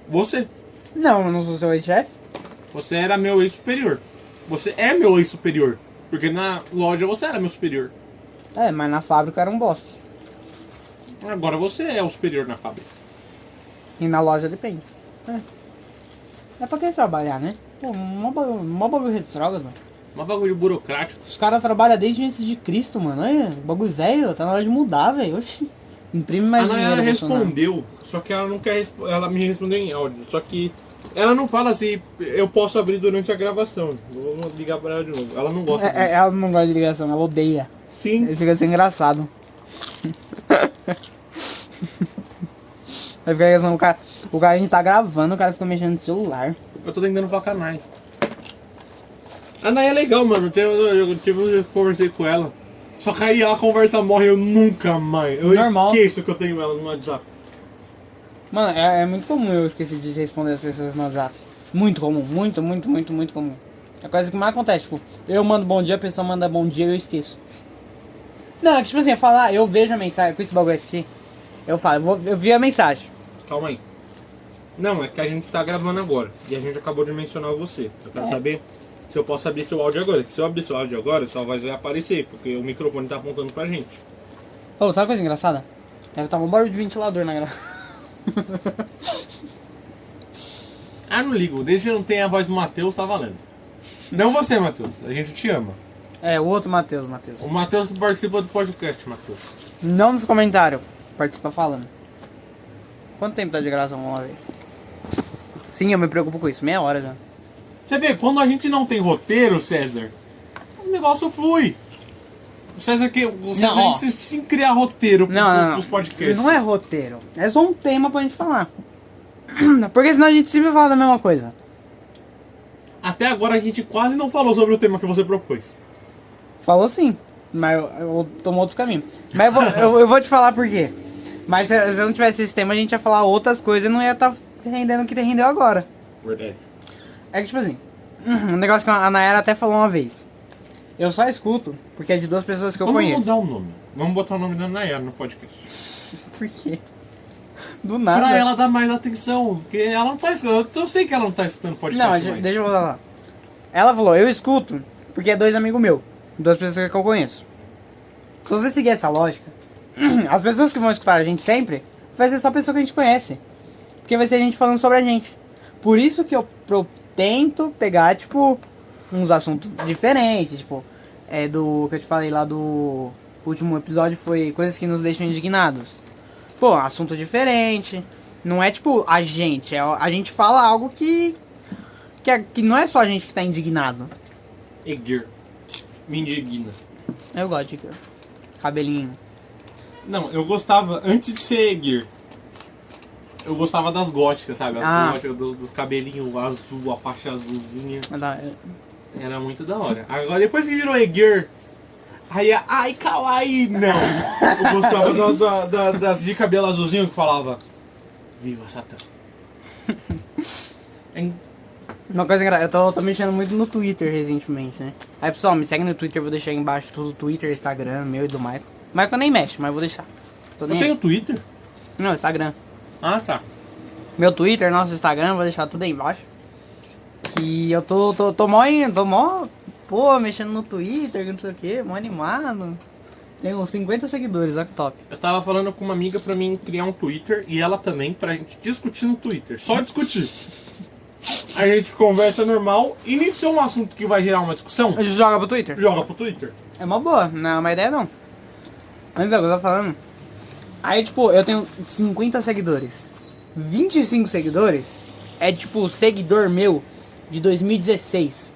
[SPEAKER 1] Você.
[SPEAKER 2] Não, eu não sou seu ex-chefe.
[SPEAKER 1] Você era meu ex-superior. Você é meu ex-superior. Porque na loja você era meu superior.
[SPEAKER 2] É, mas na fábrica eu era um bosta.
[SPEAKER 1] Agora você é o superior na fábrica.
[SPEAKER 2] E na loja depende. É. É pra quem trabalhar, né? Pô, mó bagulho, mó bagulho retrógrado.
[SPEAKER 1] Um bagulho burocrático.
[SPEAKER 2] Os caras trabalham desde antes de Cristo, mano. Olha, bagulho velho, tá na hora de mudar, velho. Oxi. Imprime mais
[SPEAKER 1] a Nayara
[SPEAKER 2] dinheiro, Bolsonaro.
[SPEAKER 1] respondeu, só que ela não quer respo- Ela me respondeu em áudio. Só que ela não fala se eu posso abrir durante a gravação. Vou ligar pra ela de novo. Ela não gosta
[SPEAKER 2] É, é,
[SPEAKER 1] disso.
[SPEAKER 2] ela não gosta de ligação, ela odeia.
[SPEAKER 1] Sim.
[SPEAKER 2] Ele fica assim engraçado. Aí fica assim, o cara, o cara, a gente tá gravando, o cara fica mexendo no celular.
[SPEAKER 1] Eu tô tentando vacanar. A Nay é legal, mano. Eu, tenho- eu, eu tive eu conversei com ela. Só que aí a conversa morre eu nunca mais. Eu
[SPEAKER 2] Normal.
[SPEAKER 1] esqueço que eu tenho ela no WhatsApp.
[SPEAKER 2] Mano, é, é muito comum eu esquecer de responder as pessoas no WhatsApp. Muito comum, muito, muito, muito, muito comum. É a coisa que mais acontece, tipo, eu mando bom dia, a pessoa manda bom dia e eu esqueço. Não, é que tipo assim, eu falar, eu vejo a mensagem, com esse bagulho aqui, eu falo, eu, vou, eu vi a mensagem.
[SPEAKER 1] Calma aí. Não, é que a gente tá gravando agora. E a gente acabou de mencionar você. Eu quero
[SPEAKER 2] É.
[SPEAKER 1] saber se eu posso abrir seu áudio agora. Se eu abrir seu áudio agora, sua voz vai aparecer, porque o microfone tá apontando pra gente.
[SPEAKER 2] Ô, sabe uma coisa engraçada? Deve estar um barulho de ventilador na gravação.
[SPEAKER 1] Ah, não ligo. Desde que não tenha a voz do Matheus, tá valendo. Não você, Matheus. A gente te ama.
[SPEAKER 2] É, o outro Matheus, Matheus.
[SPEAKER 1] O Matheus que participa do podcast, Matheus.
[SPEAKER 2] Não nos comentários, participa falando. Quanto tempo tá de gravação, vamos lá ver. Sim, eu me preocupo com isso, meia hora já.
[SPEAKER 1] Você vê, quando a gente não tem roteiro, César, o negócio flui. O César, que, o César
[SPEAKER 2] ó.
[SPEAKER 1] insiste em criar roteiro pro-
[SPEAKER 2] Não, não, não.
[SPEAKER 1] pros podcasts.
[SPEAKER 2] Não é roteiro. É só um tema pra gente falar. Porque senão a gente sempre fala da mesma coisa.
[SPEAKER 1] Até agora a gente quase não falou sobre o tema que você propôs.
[SPEAKER 2] Falou sim, mas eu, eu tomo outros caminhos. Mas eu vou, eu- eu vou te falar por quê. Mas se, se eu não tivesse esse tema, a gente ia falar outras coisas e não ia estar rendendo o que rendeu agora.
[SPEAKER 1] Verdade.
[SPEAKER 2] É que, tipo assim, um negócio que a Nayara até falou uma vez. Eu só escuto porque é de duas pessoas que eu
[SPEAKER 1] Vamos
[SPEAKER 2] conheço.
[SPEAKER 1] mudar o nome. Vamos botar o nome da Nayara no podcast.
[SPEAKER 2] Por quê? Do
[SPEAKER 1] Pra
[SPEAKER 2] nada.
[SPEAKER 1] ela dar mais atenção, porque ela não tá escutando. Eu sei que ela não tá escutando podcast
[SPEAKER 2] Não,
[SPEAKER 1] mais.
[SPEAKER 2] de- deixa eu voltar lá. Ela falou, eu escuto, porque é dois amigos meus. Duas pessoas que eu conheço. Se você seguir essa lógica, as pessoas que vão escutar a gente sempre, vai ser só pessoa que a gente conhece. Porque vai ser a gente falando sobre a gente. Por isso que eu, pro- tento pegar, tipo, uns assuntos diferentes, tipo, é do que eu te falei lá do último episódio foi coisas que nos deixam indignados. Pô, assunto diferente. Não é tipo a gente, é, a gente fala algo que que, é- que não é só a gente que tá indignado.
[SPEAKER 1] Egir. Me indigna.
[SPEAKER 2] Eu gosto de girl. cabelinho.
[SPEAKER 1] Não, eu gostava, antes de ser Gear, eu gostava das góticas, sabe? As
[SPEAKER 2] Ah.
[SPEAKER 1] góticas do- dos cabelinhos azul, a faixa azulzinha.
[SPEAKER 2] Ela-
[SPEAKER 1] Era muito da hora. Agora, depois que virou Gear, aí é, ai, kawaii, não. Eu gostava da- da- da- das de cabelo azulzinho que falava, viva Satã. Em-
[SPEAKER 2] Uma coisa engraçada, eu tô, tô mexendo muito no Twitter recentemente, né? Aí pessoal, me segue no Twitter, eu vou deixar aí embaixo tudo, Twitter, Instagram, meu e do Michael. Michael nem mexe, mas eu vou deixar. Tô
[SPEAKER 1] Eu
[SPEAKER 2] nem
[SPEAKER 1] tenho
[SPEAKER 2] aí.
[SPEAKER 1] Twitter?
[SPEAKER 2] Não, Instagram.
[SPEAKER 1] Ah, tá.
[SPEAKER 2] Meu Twitter, nosso Instagram, vou deixar tudo aí embaixo. Que eu tô, tô, tô mó, em- tô mó, pô, mexendo no Twitter, que não sei o que, mó animado. Tenho 50 seguidores, olha que top.
[SPEAKER 1] Eu tava falando com uma amiga pra mim criar um Twitter e ela também pra gente discutir no Twitter. Só discutir. a gente conversa normal, iniciou um assunto que vai gerar uma discussão,
[SPEAKER 2] A gente joga pro Twitter?
[SPEAKER 1] joga pro Twitter.
[SPEAKER 2] É uma boa, não é uma ideia não. Mas então, o que eu tava falando. Aí, tipo, eu tenho 50 seguidores. 25 seguidores é, tipo, seguidor meu de 2016.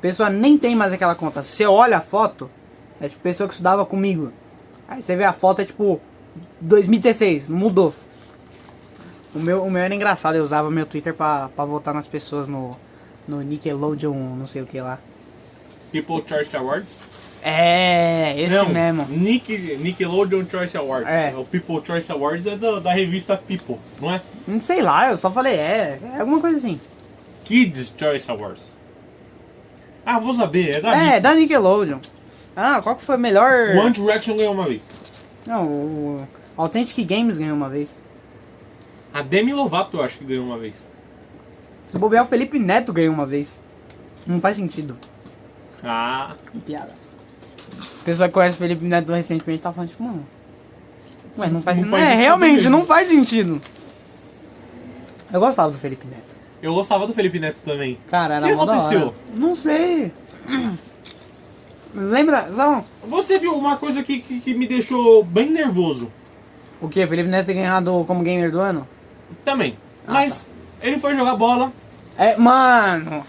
[SPEAKER 2] Pessoa nem tem mais aquela conta. Se você olha a foto, é tipo pessoa que estudava comigo. Aí você vê a foto, é tipo 2016, mudou. O meu, o meu era engraçado, eu usava meu Twitter pra, pra votar nas pessoas no, no Nickelodeon, não sei o que lá.
[SPEAKER 1] People Choice Awards.
[SPEAKER 2] É, esse
[SPEAKER 1] Não,
[SPEAKER 2] mesmo.
[SPEAKER 1] Nick, Nickelodeon Choice Awards.
[SPEAKER 2] É.
[SPEAKER 1] O People Choice Awards é da, da revista People, não é?
[SPEAKER 2] Não sei lá, eu só falei, é, é alguma coisa assim.
[SPEAKER 1] Kids Choice Awards. Ah, vou saber, é da
[SPEAKER 2] é,
[SPEAKER 1] Nick.
[SPEAKER 2] da Nickelodeon. Ah, qual que foi o melhor.
[SPEAKER 1] O One Direction ganhou uma vez.
[SPEAKER 2] Não, o. o Authentic Games ganhou uma vez.
[SPEAKER 1] A Demi Lovato, eu acho que ganhou uma vez.
[SPEAKER 2] Se bobear, o Felipe Neto ganhou uma vez. Não faz sentido.
[SPEAKER 1] Ah,
[SPEAKER 2] Que piada. A pessoa que conhece o Felipe Neto recentemente tá falando, tipo, mano. Mas não faz
[SPEAKER 1] Não
[SPEAKER 2] sentido.
[SPEAKER 1] faz
[SPEAKER 2] é,
[SPEAKER 1] sentido
[SPEAKER 2] realmente,
[SPEAKER 1] mesmo.
[SPEAKER 2] não faz sentido. Eu gostava do Felipe Neto.
[SPEAKER 1] eu gostava do Felipe Neto também.
[SPEAKER 2] Cara, era
[SPEAKER 1] O que
[SPEAKER 2] mó da hora.
[SPEAKER 1] aconteceu?
[SPEAKER 2] Não sei. Lembra. Sabe
[SPEAKER 1] Você viu uma coisa que, que, que me deixou bem nervoso
[SPEAKER 2] o que? Felipe Neto ter ganhado como gamer do ano?
[SPEAKER 1] também.
[SPEAKER 2] Ah,
[SPEAKER 1] Mas ele foi jogar bola.
[SPEAKER 2] É, mano.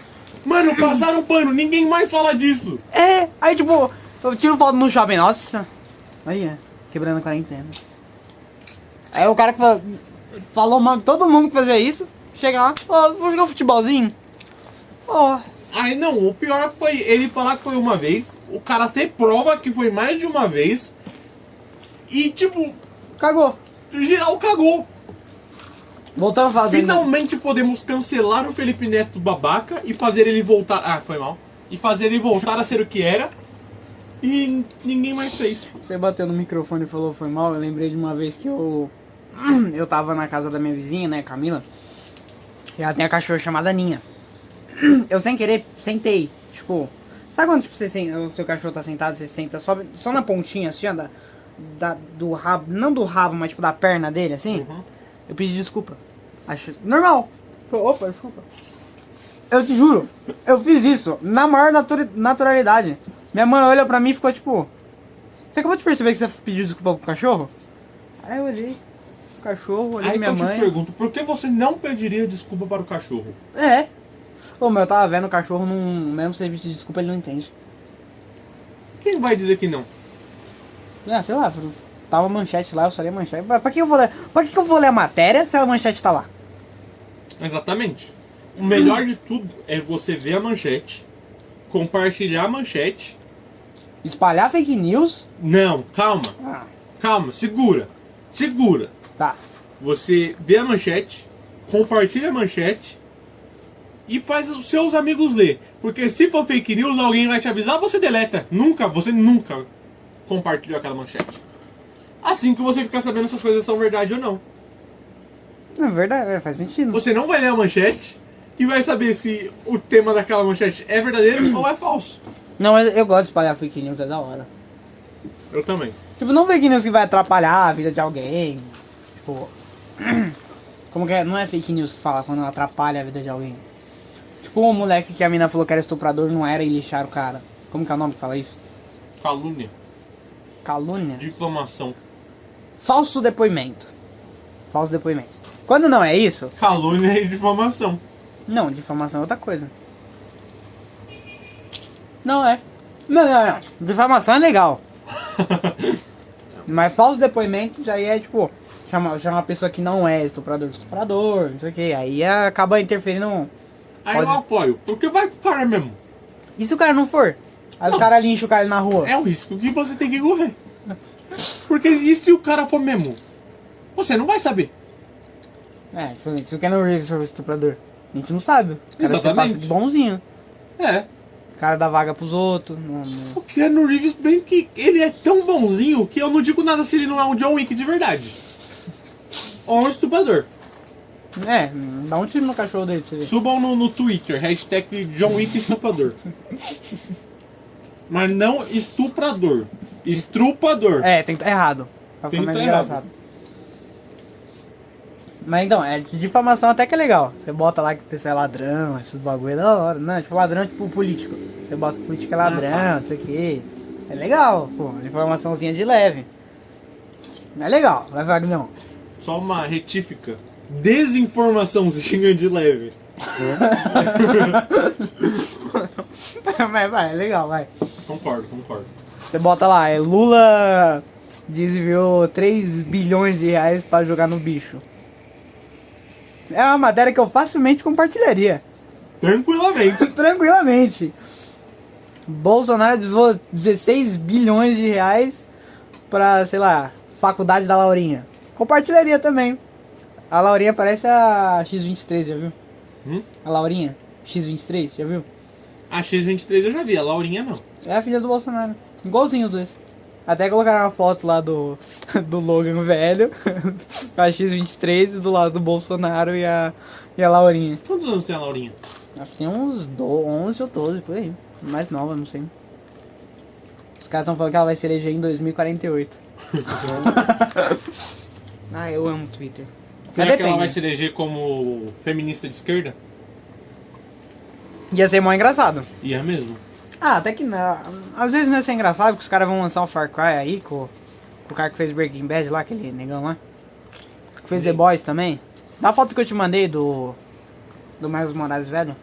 [SPEAKER 1] Mano, passaram pano, ninguém mais fala disso.
[SPEAKER 2] É, aí tipo, eu tiro foto no shopping, nossa. Aí, é, quebrando a quarentena. Aí o cara que fa- falou mal de todo mundo que fazia isso, chega lá, ó, vou jogar um futebolzinho. Ó,
[SPEAKER 1] Aí não, o pior foi ele falar que foi uma vez, o cara ter prova que foi mais de uma vez. E tipo,
[SPEAKER 2] cagou.
[SPEAKER 1] geral cagou.
[SPEAKER 2] Voltando a falar do-
[SPEAKER 1] Finalmente podemos cancelar o Felipe Neto babaca e fazer ele voltar. Ah, foi mal. E fazer ele voltar a ser o que era. E ninguém mais fez.
[SPEAKER 2] Você bateu no microfone e falou foi mal. Eu lembrei de uma vez que eu. Eu tava na casa da minha vizinha, né, Camila? E ela tem a cachorra chamada Ninha. Eu sem querer sentei. Tipo, sabe quando tipo, você sen- o seu cachorro tá sentado, você senta só, só na pontinha, assim, ó, da, da- do rabo. Não do rabo, mas tipo da perna dele, assim?
[SPEAKER 1] Uhum.
[SPEAKER 2] Eu pedi desculpa. Acho normal. Pô, Opa, desculpa. Eu te juro, eu fiz isso na maior natura- naturalidade. Minha mãe olhou pra mim e ficou tipo. Você acabou de perceber que você pediu desculpa pro cachorro? Aí eu olhei pro cachorro, olhei
[SPEAKER 1] Aí que
[SPEAKER 2] minha
[SPEAKER 1] eu te
[SPEAKER 2] mãe.
[SPEAKER 1] pergunto, por que você não pediria desculpa para o cachorro?
[SPEAKER 2] É. Ô, meu, eu tava vendo o cachorro num. Mesmo se ele pedir desculpa, ele não entende.
[SPEAKER 1] Quem vai dizer que não?
[SPEAKER 2] Ah, sei lá, tava manchete lá, eu só li a manchete. Pra pra que eu vou ler? Pra que que eu vou ler a matéria se a manchete tá lá?
[SPEAKER 1] Exatamente. O melhor de tudo é você ver a manchete, compartilhar a manchete.
[SPEAKER 2] Espalhar fake news?
[SPEAKER 1] Não, calma,
[SPEAKER 2] Ah,
[SPEAKER 1] calma, segura, segura.
[SPEAKER 2] tá.
[SPEAKER 1] Você vê a manchete, compartilha a manchete e faz os seus amigos ler. Porque se for fake news, alguém vai te avisar, você deleta. Nunca, você nunca compartilhou aquela manchete. Assim que você ficar sabendo se as coisas são verdade ou não.
[SPEAKER 2] É verdade, é, faz sentido.
[SPEAKER 1] Você não vai ler a manchete e vai saber se o tema daquela manchete é verdadeiro ou é falso.
[SPEAKER 2] Não, mas eu gosto de espalhar fake news, é da hora.
[SPEAKER 1] Eu também.
[SPEAKER 2] Tipo, não fake news que vai atrapalhar a vida de alguém. Tipo. Como que é? Não é fake news que fala quando atrapalha a vida de alguém. Tipo, o moleque que a mina falou que era estuprador não era e lixaram o cara. Como que é o nome que fala isso?
[SPEAKER 1] Calúnia,
[SPEAKER 2] Calúnia?
[SPEAKER 1] difamação.
[SPEAKER 2] Falso depoimento. Falso depoimento. Quando não é isso,
[SPEAKER 1] Calúnia e difamação.
[SPEAKER 2] não, difamação é outra coisa. Não é. Não, não, não. Difamação é legal. Mas falso depoimento já é tipo. Chama, chama a pessoa que não é estuprador de estuprador, não sei o que. Aí é- acaba interferindo.
[SPEAKER 1] Aí eu
[SPEAKER 2] Pode-
[SPEAKER 1] apoio, porque vai com o cara mesmo.
[SPEAKER 2] E se o cara não for? Aí os
[SPEAKER 1] Não.
[SPEAKER 2] caras lincham o cara na rua.
[SPEAKER 1] É o risco que você tem que correr. Porque e se o cara for mesmo? Você não vai saber.
[SPEAKER 2] É, tipo assim, se o Keanu Reeves for estuprador, a gente não sabe. O cara se passa
[SPEAKER 1] Exatamente.
[SPEAKER 2] de bonzinho.
[SPEAKER 1] É.
[SPEAKER 2] O cara dá vaga pros outros. Não, não.
[SPEAKER 1] O Keanu Reeves, bem que ele é tão bonzinho que eu não digo nada se ele não é um John Wick de verdade. Ou um estuprador.
[SPEAKER 2] É, dá um tiro no cachorro dele pra você ver.
[SPEAKER 1] Subam no, no Twitter, hashtag John Wick estuprador. Mas não estuprador. Estrupador.
[SPEAKER 2] É, tem que tá errado. Pra
[SPEAKER 1] Tem
[SPEAKER 2] ficar
[SPEAKER 1] que
[SPEAKER 2] mais
[SPEAKER 1] tá
[SPEAKER 2] engraçado. Mas então, é de difamação até que é legal. Você bota lá que a pessoa é ladrão, esses bagulho é da hora. Não, tipo ladrão tipo político. Você bota que político é ladrão, não sei o que. É legal, pô. Informaçãozinha de leve. É legal, vai Vagnão.
[SPEAKER 1] Só uma retífica. Desinformaçãozinha de leve.
[SPEAKER 2] Mas vai, é legal, vai.
[SPEAKER 1] Concordo, concordo.
[SPEAKER 2] Você bota lá, é Lula desviou 3 bilhões de reais pra jogar no bicho. É uma matéria que eu facilmente compartilharia.
[SPEAKER 1] Tranquilamente.
[SPEAKER 2] Tranquilamente. Bolsonaro desviou 16 bilhões de reais pra, sei lá, faculdade da Laurinha. Compartilharia também. A Laurinha parece a X23, já viu?
[SPEAKER 1] Hum?
[SPEAKER 2] A Laurinha X23, já viu?
[SPEAKER 1] A X23 eu já vi, a Laurinha não.
[SPEAKER 2] É a filha do Bolsonaro. Igualzinho os dois. Até colocaram uma foto lá do, do Logan velho, a X23 e do lado do Bolsonaro e a, e a Laurinha.
[SPEAKER 1] Quantos anos tem a Laurinha?
[SPEAKER 2] Acho que tem uns do, 11 ou 12 por aí. Mais nova, não sei. Os caras estão falando que ela vai se eleger em 2048. ah, eu amo Twitter.
[SPEAKER 1] Será
[SPEAKER 2] Mas
[SPEAKER 1] que ela
[SPEAKER 2] depende.
[SPEAKER 1] vai se eleger como feminista de esquerda?
[SPEAKER 2] Ia ser mó engraçado.
[SPEAKER 1] E é mesmo.
[SPEAKER 2] Ah, até que não. Às vezes não ia ser engraçado, porque os caras vão lançar o Far Cry aí com, com o cara que fez Breaking Bad lá, aquele negão lá. Que fez The Boys também. Na foto que eu te mandei do. Do Miles Morales velho.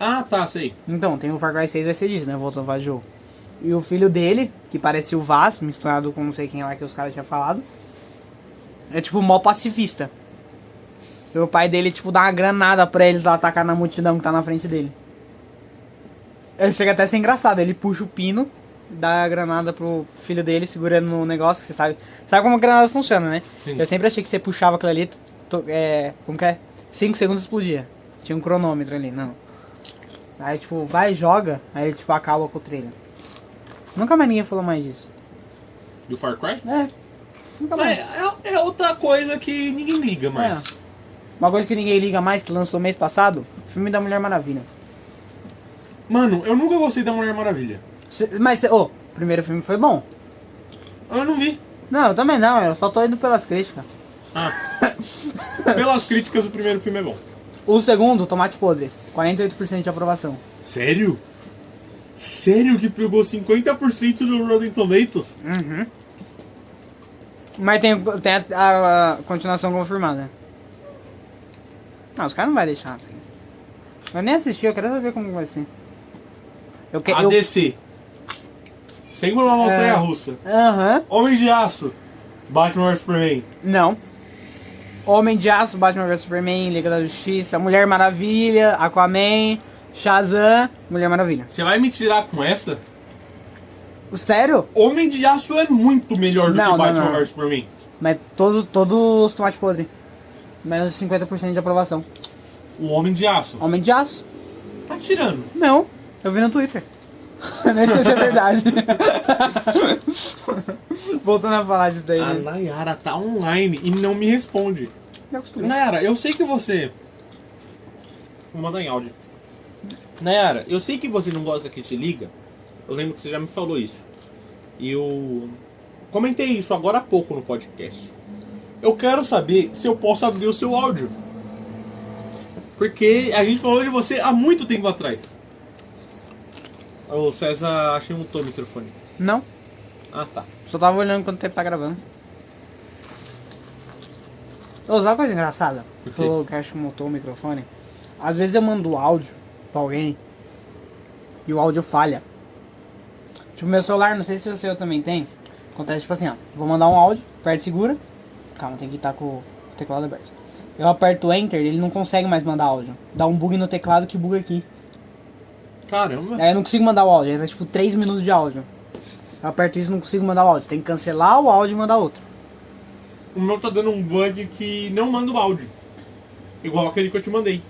[SPEAKER 1] Ah, tá, sei.
[SPEAKER 2] Então, tem o Far Cry 6 vai ser disso, né? Voltando pra jogo. E o filho dele, que parece o Vaz, misturado com não sei quem lá que os caras tinham falado. É tipo mó pacifista. E o pai dele, tipo, dá uma granada pra eles lá atacar na multidão que tá na frente dele. Ele chega até a ser engraçado, ele puxa o pino, dá a granada pro filho dele, segurando no negócio, que você sabe. Sabe como a granada funciona, né?
[SPEAKER 1] Sim.
[SPEAKER 2] Eu sempre achei que você puxava aquilo ali, to- é, como que é? 5 segundos explodia. Tinha um cronômetro ali, não. Aí, tipo, vai, joga, aí ele, tipo, acaba com o trailer. Nunca mais ninguém falou mais disso.
[SPEAKER 1] Do Far Cry?
[SPEAKER 2] É. Nunca mais.
[SPEAKER 1] Mas é, é outra coisa que ninguém liga mais.
[SPEAKER 2] É. Uma coisa que ninguém liga mais, que lançou mês passado, filme da Mulher Maravilha.
[SPEAKER 1] Mano, eu nunca gostei da Mulher Maravilha.
[SPEAKER 2] Cê- mas, cê- ô, o primeiro filme foi bom.
[SPEAKER 1] Eu não vi.
[SPEAKER 2] Não, eu também não, eu só tô indo pelas críticas.
[SPEAKER 1] Ah. Pelas críticas, o primeiro filme é bom.
[SPEAKER 2] O segundo, Tomate Podre, 48% de aprovação.
[SPEAKER 1] Sério? Sério que pegou 50% do Rotten Tomatoes?
[SPEAKER 2] Uhum. Mas tem, tem a, a- a continuação confirmada. Não, os caras não vão deixar. assim. Eu nem assisti, eu quero saber como vai ser. Eu que-
[SPEAKER 1] A
[SPEAKER 2] É, eu-
[SPEAKER 1] DC. Sem uma montanha
[SPEAKER 2] É.
[SPEAKER 1] russa.
[SPEAKER 2] Aham.
[SPEAKER 1] Homem de Aço. Batman vs Superman.
[SPEAKER 2] Não. Homem de Aço, Batman vs Superman, Liga da Justiça, Mulher Maravilha, Aquaman, Shazam, Mulher Maravilha.
[SPEAKER 1] Você vai me tirar com essa?
[SPEAKER 2] Sério?
[SPEAKER 1] Homem de Aço é muito melhor do
[SPEAKER 2] Não,
[SPEAKER 1] que
[SPEAKER 2] não,
[SPEAKER 1] Batman
[SPEAKER 2] não.
[SPEAKER 1] vs Superman.
[SPEAKER 2] Mas todos todos os tomates podres. Menos de 50% de aprovação.
[SPEAKER 1] O Homem de Aço.
[SPEAKER 2] Homem de Aço?
[SPEAKER 1] Tá tirando.
[SPEAKER 2] Não. Eu vi no Twitter. Nem sei se é verdade. Voltando a falar disso daí.
[SPEAKER 1] A
[SPEAKER 2] né?
[SPEAKER 1] Nayara tá online e não me responde.
[SPEAKER 2] Me acostumei.
[SPEAKER 1] Nayara, eu sei que você. Vou mandar em áudio. Nayara, eu sei que você não gosta que te liga. Eu lembro que você já me falou isso. E eu. Comentei isso agora há pouco no podcast. Eu quero saber se eu posso abrir o seu áudio. Porque a gente falou de você há muito tempo atrás. O César achei um o microfone.
[SPEAKER 2] Não.
[SPEAKER 1] Ah tá.
[SPEAKER 2] Só tava olhando quanto tempo tá gravando. Ô, sabe uma coisa engraçada?
[SPEAKER 1] O quê?
[SPEAKER 2] Falou que acho que montou o microfone. Às vezes eu mando áudio pra alguém e o áudio falha. Tipo, meu celular, não sei se o seu também tem. Acontece tipo assim, ó. Vou mandar um áudio, aperto segura. Calma, tem que estar com o teclado aberto. Eu aperto enter, ele não consegue mais mandar áudio. Dá um bug no teclado que buga aqui.
[SPEAKER 1] Caramba.
[SPEAKER 2] Aí É, eu não consigo mandar o áudio, aí tá tipo 3 minutos de áudio. Eu aperto isso e não consigo mandar o áudio. Tem que cancelar o áudio e mandar outro.
[SPEAKER 1] O meu tá dando um bug que não manda o áudio. Igual aquele que eu te mandei.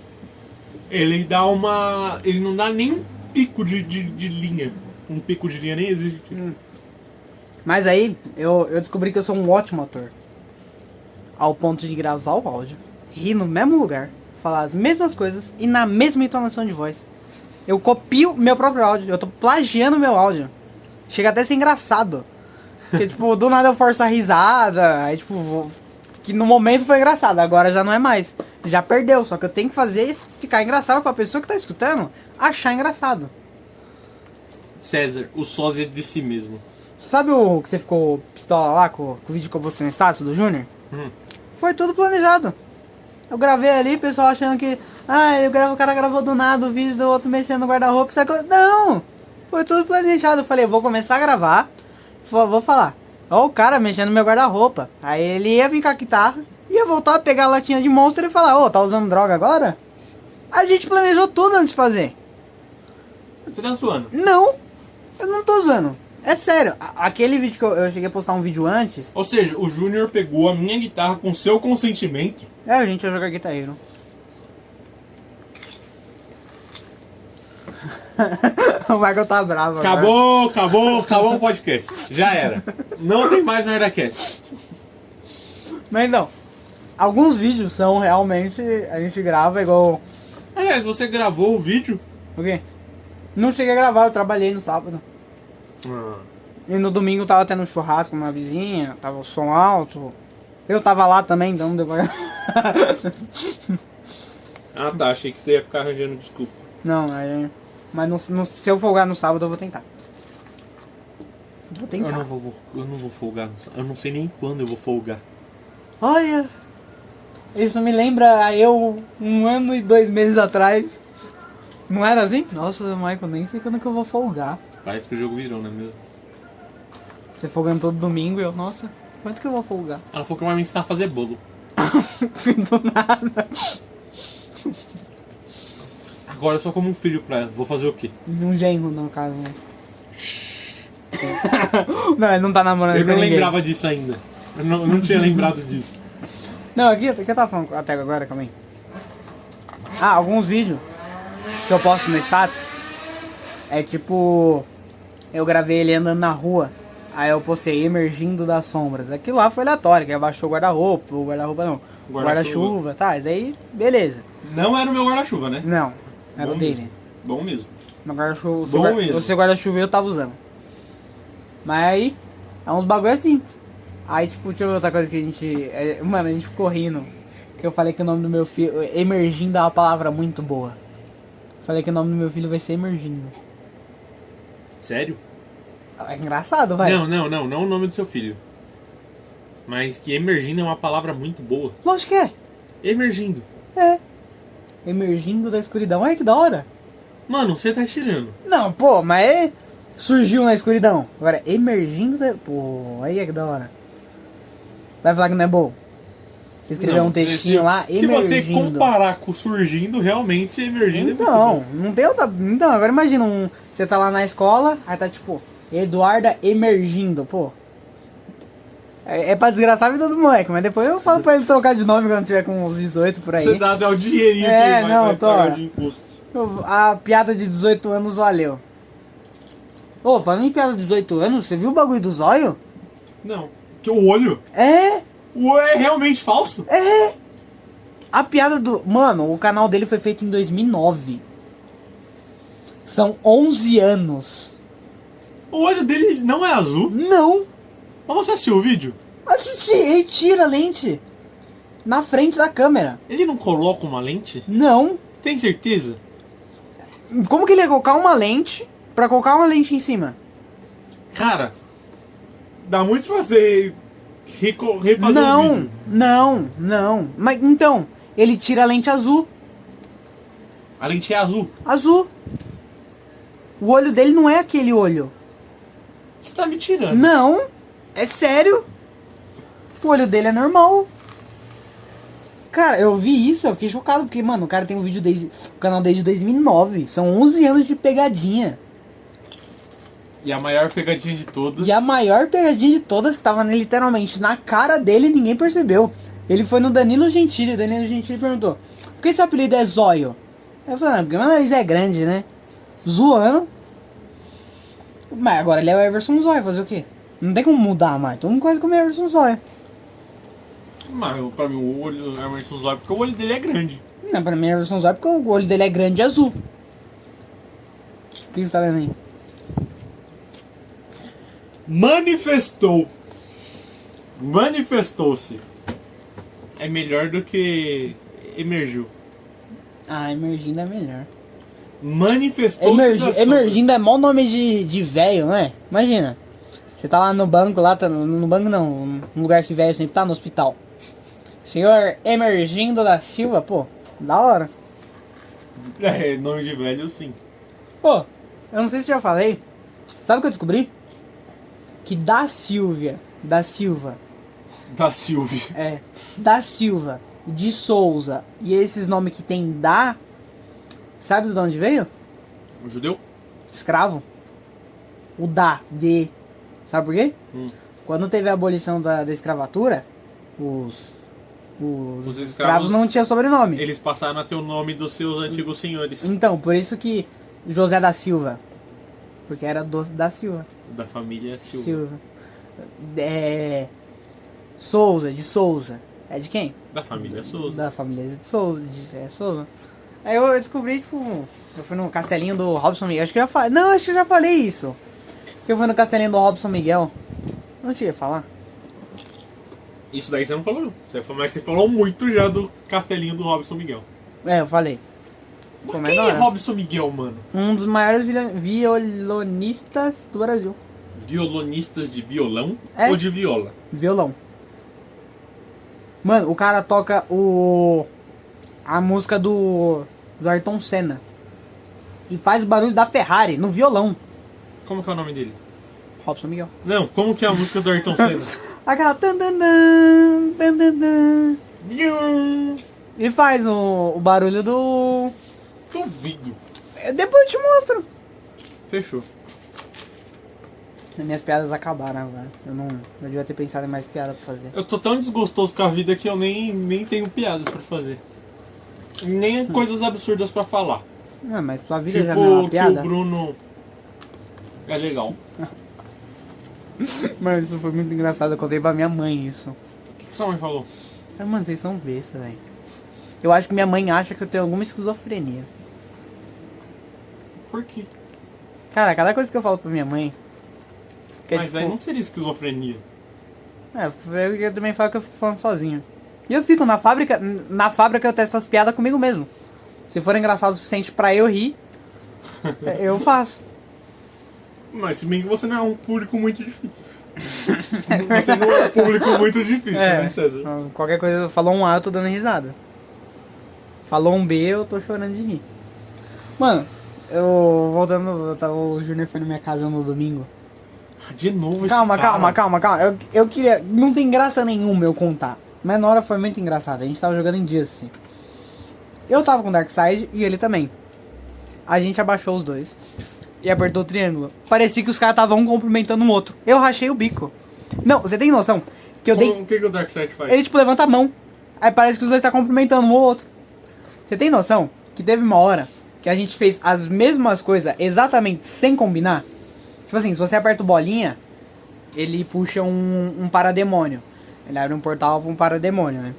[SPEAKER 1] Ele dá uma. Ele não dá nem um pico de, de, de linha. Um pico de linha nem existe.
[SPEAKER 2] Mas aí eu, eu descobri que eu sou um ótimo ator. Ao ponto de gravar o áudio, rir no mesmo lugar, falar as mesmas coisas e na mesma entonação de voz. Eu copio meu próprio áudio, eu tô plagiando meu áudio. Chega até a ser engraçado. Porque, tipo, do nada eu forço a risada, aí, tipo, vou- Que no momento foi engraçado, agora já não é mais. Já perdeu, só que eu tenho que fazer ficar engraçado pra pessoa que tá escutando achar engraçado.
[SPEAKER 1] César, o sósia é de si mesmo.
[SPEAKER 2] Sabe o que você ficou pistola lá com, com o vídeo que eu postei no status do Júnior?
[SPEAKER 1] Hum.
[SPEAKER 2] Foi tudo planejado. Eu gravei ali, o pessoal achando que. Ah, eu gravo, o cara gravou do nada o vídeo do outro mexendo no guarda-roupa. sabe que- Não! Foi tudo planejado. Eu falei, eu vou começar a gravar. Vou, vou falar. Ó, o cara mexendo no meu guarda-roupa. Aí ele ia vir com a guitarra, ia voltar a pegar a latinha de monstro e falar: Ô, tá usando droga agora? A gente planejou tudo antes de fazer.
[SPEAKER 1] Você tá zoando?
[SPEAKER 2] Não! Eu não tô usando. É sério. A- aquele vídeo que eu, eu cheguei a postar um vídeo antes.
[SPEAKER 1] Ou seja, o Júnior pegou a minha guitarra com seu consentimento.
[SPEAKER 2] É, a gente ia jogar Guitar Hero. o Michael tá bravo agora.
[SPEAKER 1] Acabou, acabou, acabou o podcast. Já era. Não tem mais MerdaCast.
[SPEAKER 2] Mas não. Alguns vídeos são realmente... A gente grava igual...
[SPEAKER 1] Aliás, você gravou o vídeo?
[SPEAKER 2] O quê? Não cheguei a gravar, eu trabalhei no sábado. E no domingo tava tendo um churrasco na vizinha, tava o som alto. Eu tava lá também, então não deu pra gravar.
[SPEAKER 1] Ah tá, achei que você ia ficar arranjando desculpa.
[SPEAKER 2] Não, aí... Mas no- no- se eu folgar no sábado, eu vou tentar. Vou
[SPEAKER 1] Eu
[SPEAKER 2] tentar.
[SPEAKER 1] não vou, vou- eu não vou folgar. Eu não sei nem quando eu vou folgar.
[SPEAKER 2] Olha, isso me lembra a eu um ano e dois meses atrás. Não era assim? Nossa, Michael, nem sei quando que eu vou folgar.
[SPEAKER 1] Parece que o jogo virou, não é mesmo?
[SPEAKER 2] Você folgando todo domingo e eu, nossa, quanto que eu vou folgar?
[SPEAKER 1] Ela falou que vai me ensinar a fazer bolo.
[SPEAKER 2] Do nada.
[SPEAKER 1] Agora eu sou como um filho pra ela. Vou fazer o quê?
[SPEAKER 2] Um genro, no caso. né? não, ele não tá namorando
[SPEAKER 1] Eu
[SPEAKER 2] com
[SPEAKER 1] não
[SPEAKER 2] ninguém.
[SPEAKER 1] lembrava disso ainda. Eu não, eu não tinha lembrado disso.
[SPEAKER 2] Não, aqui, o que eu tava falando até agora, calma aí. Ah, alguns vídeos que eu posto no status é tipo. Eu gravei ele andando na rua. Aí eu postei emergindo das sombras. Aquilo lá foi aleatório, que abaixou o guarda-roupa, o guarda-roupa não. o
[SPEAKER 1] Guarda-chuva.
[SPEAKER 2] Guarda-chuva, tá? Mas aí, beleza.
[SPEAKER 1] Não era o meu guarda-chuva, né?
[SPEAKER 2] Não, era o
[SPEAKER 1] Bom
[SPEAKER 2] dele.
[SPEAKER 1] mesmo. Bom mesmo.
[SPEAKER 2] Meu guarda-chuva, o
[SPEAKER 1] Bom
[SPEAKER 2] seu guarda-
[SPEAKER 1] mesmo.
[SPEAKER 2] o seu guarda-chuva eu tava usando. Mas aí, é uns bagulho assim. Aí, tipo, deixa eu ver outra coisa que a gente. é, mano, a gente ficou rindo. Que eu falei que o nome do meu filho. Emergindo é uma palavra muito boa. Falei que o nome do meu filho vai ser Emergindo.
[SPEAKER 1] Sério?
[SPEAKER 2] É engraçado, vai.
[SPEAKER 1] Não, não, não. Não o nome do seu filho. Mas que emergindo é uma palavra muito boa.
[SPEAKER 2] Lógico que é.
[SPEAKER 1] Emergindo.
[SPEAKER 2] É. Emergindo da escuridão. Olha que da hora.
[SPEAKER 1] Mano, você tá tirando.
[SPEAKER 2] Não, pô, mas é- surgiu na escuridão. Agora, emergindo da. Pô, aí é que da hora. Vai falar que não é bom. Você escreveu
[SPEAKER 1] Não,
[SPEAKER 2] um
[SPEAKER 1] se-
[SPEAKER 2] textinho
[SPEAKER 1] se,
[SPEAKER 2] lá,
[SPEAKER 1] Se
[SPEAKER 2] emergindo.
[SPEAKER 1] você comparar com o surgindo, realmente emergindo é muito
[SPEAKER 2] Então, não tem outra. Então, agora imagina um. Você tá lá na escola, aí tá tipo, Eduarda emergindo, pô. É, é pra desgraçar a vida do moleque, mas depois eu falo pra ele trocar de nome quando tiver com uns 18 por aí.
[SPEAKER 1] Você dá até o dinheirinho
[SPEAKER 2] É,
[SPEAKER 1] que vai,
[SPEAKER 2] não,
[SPEAKER 1] vai
[SPEAKER 2] tô.
[SPEAKER 1] pagar de imposto.
[SPEAKER 2] Eu- A piada de 18 anos valeu. Ô, falando em piada de 18 anos, você viu o bagulho do zóio?
[SPEAKER 1] Não. Que o olho.
[SPEAKER 2] É,
[SPEAKER 1] O olho é realmente falso?
[SPEAKER 2] é. A piada do. Mano, o canal dele foi feito em 2009. São 11 anos.
[SPEAKER 1] O olho dele não é azul.
[SPEAKER 2] Não!
[SPEAKER 1] Mas você assistiu o vídeo?
[SPEAKER 2] Assisti, ele tira a lente na frente da câmera.
[SPEAKER 1] Ele não coloca uma lente?
[SPEAKER 2] Não.
[SPEAKER 1] Tem certeza?
[SPEAKER 2] Como que ele ia colocar uma lente pra colocar uma lente em cima?
[SPEAKER 1] Cara, dá muito pra você reco- refazer
[SPEAKER 2] não,
[SPEAKER 1] o um vídeo.
[SPEAKER 2] não, não. Mas então, ele tira a lente azul.
[SPEAKER 1] A lente é azul.
[SPEAKER 2] Azul. O olho dele não é aquele olho.
[SPEAKER 1] Você tá me tirando.
[SPEAKER 2] Não. É sério. O olho dele é normal. Cara, eu vi isso, eu fiquei chocado, porque, mano, o cara tem um vídeo desde. O canal desde 2009. São 11 anos de pegadinha.
[SPEAKER 1] E a maior pegadinha de todas.
[SPEAKER 2] E a maior pegadinha de todas, que tava literalmente na cara dele e ninguém percebeu. Ele foi no Danilo Gentili, o Danilo Gentili perguntou: Por que seu apelido é Zóio? Aí eu falei: Não, porque meu nariz é grande, né? Zoando. Mas agora ele é o Everson Zóio, fazer o quê? Não tem como mudar mais, todo mundo conhece como é Everson Zóio.
[SPEAKER 1] Mas eu- pra mim o olho é mais azul porque o olho dele é grande.
[SPEAKER 2] Não, pra mim é Everson Zóio porque o olho dele é grande e azul. O que você tá lendo aí?
[SPEAKER 1] Manifestou. Manifestou-se. É melhor do que emergiu.
[SPEAKER 2] Ah, emergindo é melhor.
[SPEAKER 1] Manifestou-se
[SPEAKER 2] Emergi,
[SPEAKER 1] das sombras.
[SPEAKER 2] emergindo é mó nome de, de velho, não é? Imagina. Você tá lá no banco, lá, tá, no no banco não, um lugar que velho sempre tá, no hospital. Senhor Emergindo da Silva, pô, da hora.
[SPEAKER 1] É, nome de velho, sim.
[SPEAKER 2] Pô, eu não sei se eu já falei. Sabe o que eu descobri? Que da Silvia, da Silva,
[SPEAKER 1] Da Silvia.
[SPEAKER 2] é, da Silva, de Souza e esses nomes que tem da, sabe de onde veio?
[SPEAKER 1] Um judeu?
[SPEAKER 2] escravo. O da, de. Sabe por quê?
[SPEAKER 1] Hum.
[SPEAKER 2] Quando teve a abolição da, da escravatura, os, os,
[SPEAKER 1] Os
[SPEAKER 2] escravos,
[SPEAKER 1] escravos-
[SPEAKER 2] não tinham sobrenome.
[SPEAKER 1] Eles passaram a ter o nome dos seus antigos senhores.
[SPEAKER 2] Então, por isso que José da Silva. Porque era do, da Silva.
[SPEAKER 1] Da família Silva.
[SPEAKER 2] Silva. É, Souza, de Souza. É de quem?
[SPEAKER 1] Da família Souza.
[SPEAKER 2] Da família de Souza. de- é, Souza. Aí eu descobri, tipo, eu fui no castelinho do Robson Miguel. Acho que eu já falei. Não, acho que eu já falei isso. Que eu fui no castelinho do Robson Miguel. Não tinha falar.
[SPEAKER 1] Isso daí você não falou, não. Você falou, mas você falou muito já do castelinho do Robson Miguel.
[SPEAKER 2] É, eu falei. Pô,
[SPEAKER 1] Mas
[SPEAKER 2] mas
[SPEAKER 1] quem
[SPEAKER 2] não
[SPEAKER 1] é
[SPEAKER 2] é.
[SPEAKER 1] Robson Miguel, mano?
[SPEAKER 2] Um dos maiores vila- violonistas do Brasil.
[SPEAKER 1] Violonistas de violão
[SPEAKER 2] É.
[SPEAKER 1] ou de viola?
[SPEAKER 2] Violão. Mano, o cara toca o. A música do. Do Ayrton Senna. E faz o barulho da Ferrari no violão.
[SPEAKER 1] Como que é o nome dele?
[SPEAKER 2] Robson Miguel.
[SPEAKER 1] Não, como que é a música do Ayrton Senna?
[SPEAKER 2] Aquela. tan, tan, tan, tan, tan, tan.
[SPEAKER 1] Nham.
[SPEAKER 2] E faz o, o barulho do.
[SPEAKER 1] Duvido.
[SPEAKER 2] É, Depois eu te mostro.
[SPEAKER 1] Fechou.
[SPEAKER 2] Minhas piadas acabaram agora. Eu não. Eu devia ter pensado em mais piada pra fazer.
[SPEAKER 1] Eu tô tão desgostoso com a vida que eu nem, nem tenho piadas pra fazer. Nem coisas absurdas pra falar.
[SPEAKER 2] Ah, mas sua vida já não é
[SPEAKER 1] Tipo
[SPEAKER 2] uma
[SPEAKER 1] que o
[SPEAKER 2] piada.
[SPEAKER 1] Bruno é legal.
[SPEAKER 2] Mano, isso foi muito engraçado. Eu contei pra minha mãe isso.
[SPEAKER 1] O que, que sua mãe falou?
[SPEAKER 2] Ah, mano, vocês são besta, velho. Eu acho que minha mãe acha que eu tenho alguma esquizofrenia.
[SPEAKER 1] Por quê?
[SPEAKER 2] Cara, cada coisa que eu falo pra minha mãe. Que é
[SPEAKER 1] Mas aí
[SPEAKER 2] tipo.
[SPEAKER 1] não seria esquizofrenia.
[SPEAKER 2] É, eu fico- eu, eu também falo que eu fico falando sozinho. E eu fico na fábrica. Na fábrica eu testo as piadas comigo mesmo. Se for engraçado o suficiente pra eu rir, é, eu faço.
[SPEAKER 1] Mas se bem que você não é um público muito difícil. você não é um público muito difícil,
[SPEAKER 2] É.
[SPEAKER 1] né, César?
[SPEAKER 2] Qualquer coisa, falou um A, eu tô dando risada. Falou um B, eu tô chorando de rir. Mano, eu voltando, eu tava- o Júnior foi na minha casa no domingo.
[SPEAKER 1] De novo esse
[SPEAKER 2] Calma,
[SPEAKER 1] cara.
[SPEAKER 2] calma, calma, calma. Eu, eu queria. Não tem graça nenhuma eu contar. Mas na hora foi muito engraçado. A gente tava jogando em Justice. Eu tava com o Darkseid e ele também. A gente abaixou os dois e apertou o triângulo. Parecia que os caras estavam um cumprimentando o outro. Eu rachei o bico. Não, você tem noção que eu
[SPEAKER 1] Como-
[SPEAKER 2] dei
[SPEAKER 1] O que, que o Darkseid faz?
[SPEAKER 2] ele, tipo, levanta a mão. Aí parece que os dois tá cumprimentando um ao outro. Você tem noção que teve uma hora que a gente fez as mesmas coisas exatamente sem combinar? Tipo assim, se você aperta o bolinha, ele puxa um, um parademônio. Ele abre um portal pra um parademônio, né?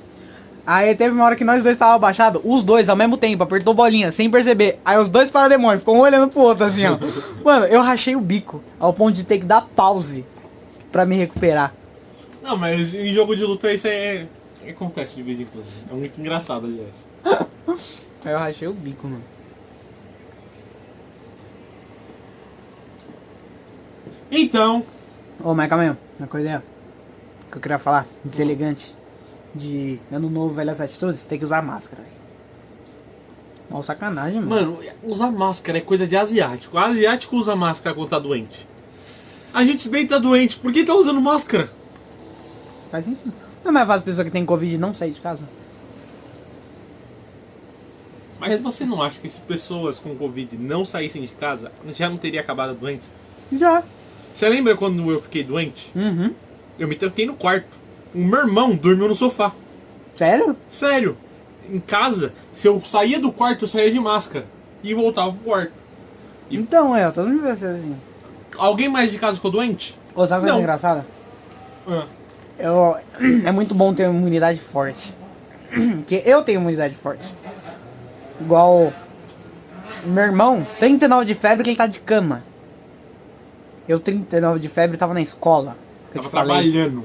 [SPEAKER 2] Aí teve uma hora que nós dois tava abaixados, os dois ao mesmo tempo, apertou bolinha, sem perceber. Aí os dois parademônios ficam um olhando pro outro assim, ó. Mano, eu rachei o bico, ao ponto de ter que dar pause pra me recuperar.
[SPEAKER 1] Não, mas em jogo de luta isso é... Acontece de vez em quando. É muito engraçado, aliás.
[SPEAKER 2] Aí eu rachei o bico, mano.
[SPEAKER 1] Então,
[SPEAKER 2] Ô, mas calma aí, uma coisa aí, ó, que eu queria falar, deselegante, de ano novo, velhas atitudes, tem que usar máscara, velho. Mó sacanagem, mano.
[SPEAKER 1] mano, usar máscara é coisa de asiático. Asiático usa máscara quando tá doente. A gente bem tá doente, por que tá usando máscara?
[SPEAKER 2] Faz sentido. Não é mais fácil a pessoa que tem Covid não sair de casa?
[SPEAKER 1] Mas você não acha que se pessoas com Covid não saíssem de casa, já não teria acabado a doença?
[SPEAKER 2] Já.
[SPEAKER 1] Você lembra quando eu fiquei doente?
[SPEAKER 2] Uhum.
[SPEAKER 1] Eu me tranquei no quarto. O meu irmão dormiu no sofá.
[SPEAKER 2] Sério?
[SPEAKER 1] Sério. Em casa, se eu saía do quarto, eu saía de máscara. E voltava pro quarto. E-
[SPEAKER 2] Então, é, todo mundo vai ser assim.
[SPEAKER 1] Alguém mais de casa ficou doente?
[SPEAKER 2] Ô, sabe uma coisa
[SPEAKER 1] Não.
[SPEAKER 2] engraçada?
[SPEAKER 1] Ah,
[SPEAKER 2] Eu, é muito bom ter uma imunidade forte. Porque eu tenho imunidade forte. Igual meu irmão, 39 de febre que ele tá de cama. Eu 39 de febre tava na escola. Que eu
[SPEAKER 1] tava
[SPEAKER 2] te falei.
[SPEAKER 1] trabalhando.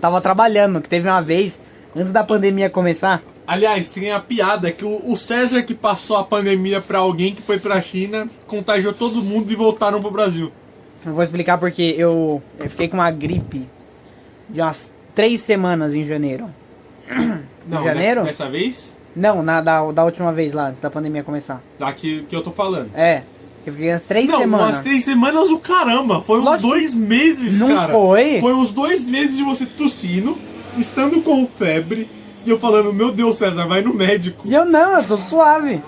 [SPEAKER 2] Tava trabalhando, que teve uma vez Antes da pandemia começar,
[SPEAKER 1] Aliás, tem a piada que o, o César que passou a pandemia pra alguém que foi pra China, contagiou todo mundo e voltaram pro Brasil.
[SPEAKER 2] eu vou explicar porque eu, eu fiquei com uma gripe de umas três semanas em janeiro.
[SPEAKER 1] Não,
[SPEAKER 2] janeiro?
[SPEAKER 1] Dessa, dessa vez,
[SPEAKER 2] Não, na, da, da última vez lá, antes da pandemia começar.
[SPEAKER 1] daqui que eu tô falando.
[SPEAKER 2] É, eu fiquei umas três
[SPEAKER 1] não,
[SPEAKER 2] semanas.
[SPEAKER 1] umas três semanas o caramba. Foi uns
[SPEAKER 2] Lógico
[SPEAKER 1] dois meses,
[SPEAKER 2] não
[SPEAKER 1] cara.
[SPEAKER 2] foi.
[SPEAKER 1] Foi uns dois meses de você tossindo, estando com febre, e eu falando, meu Deus, César, vai no médico.
[SPEAKER 2] E eu não, eu tô suave.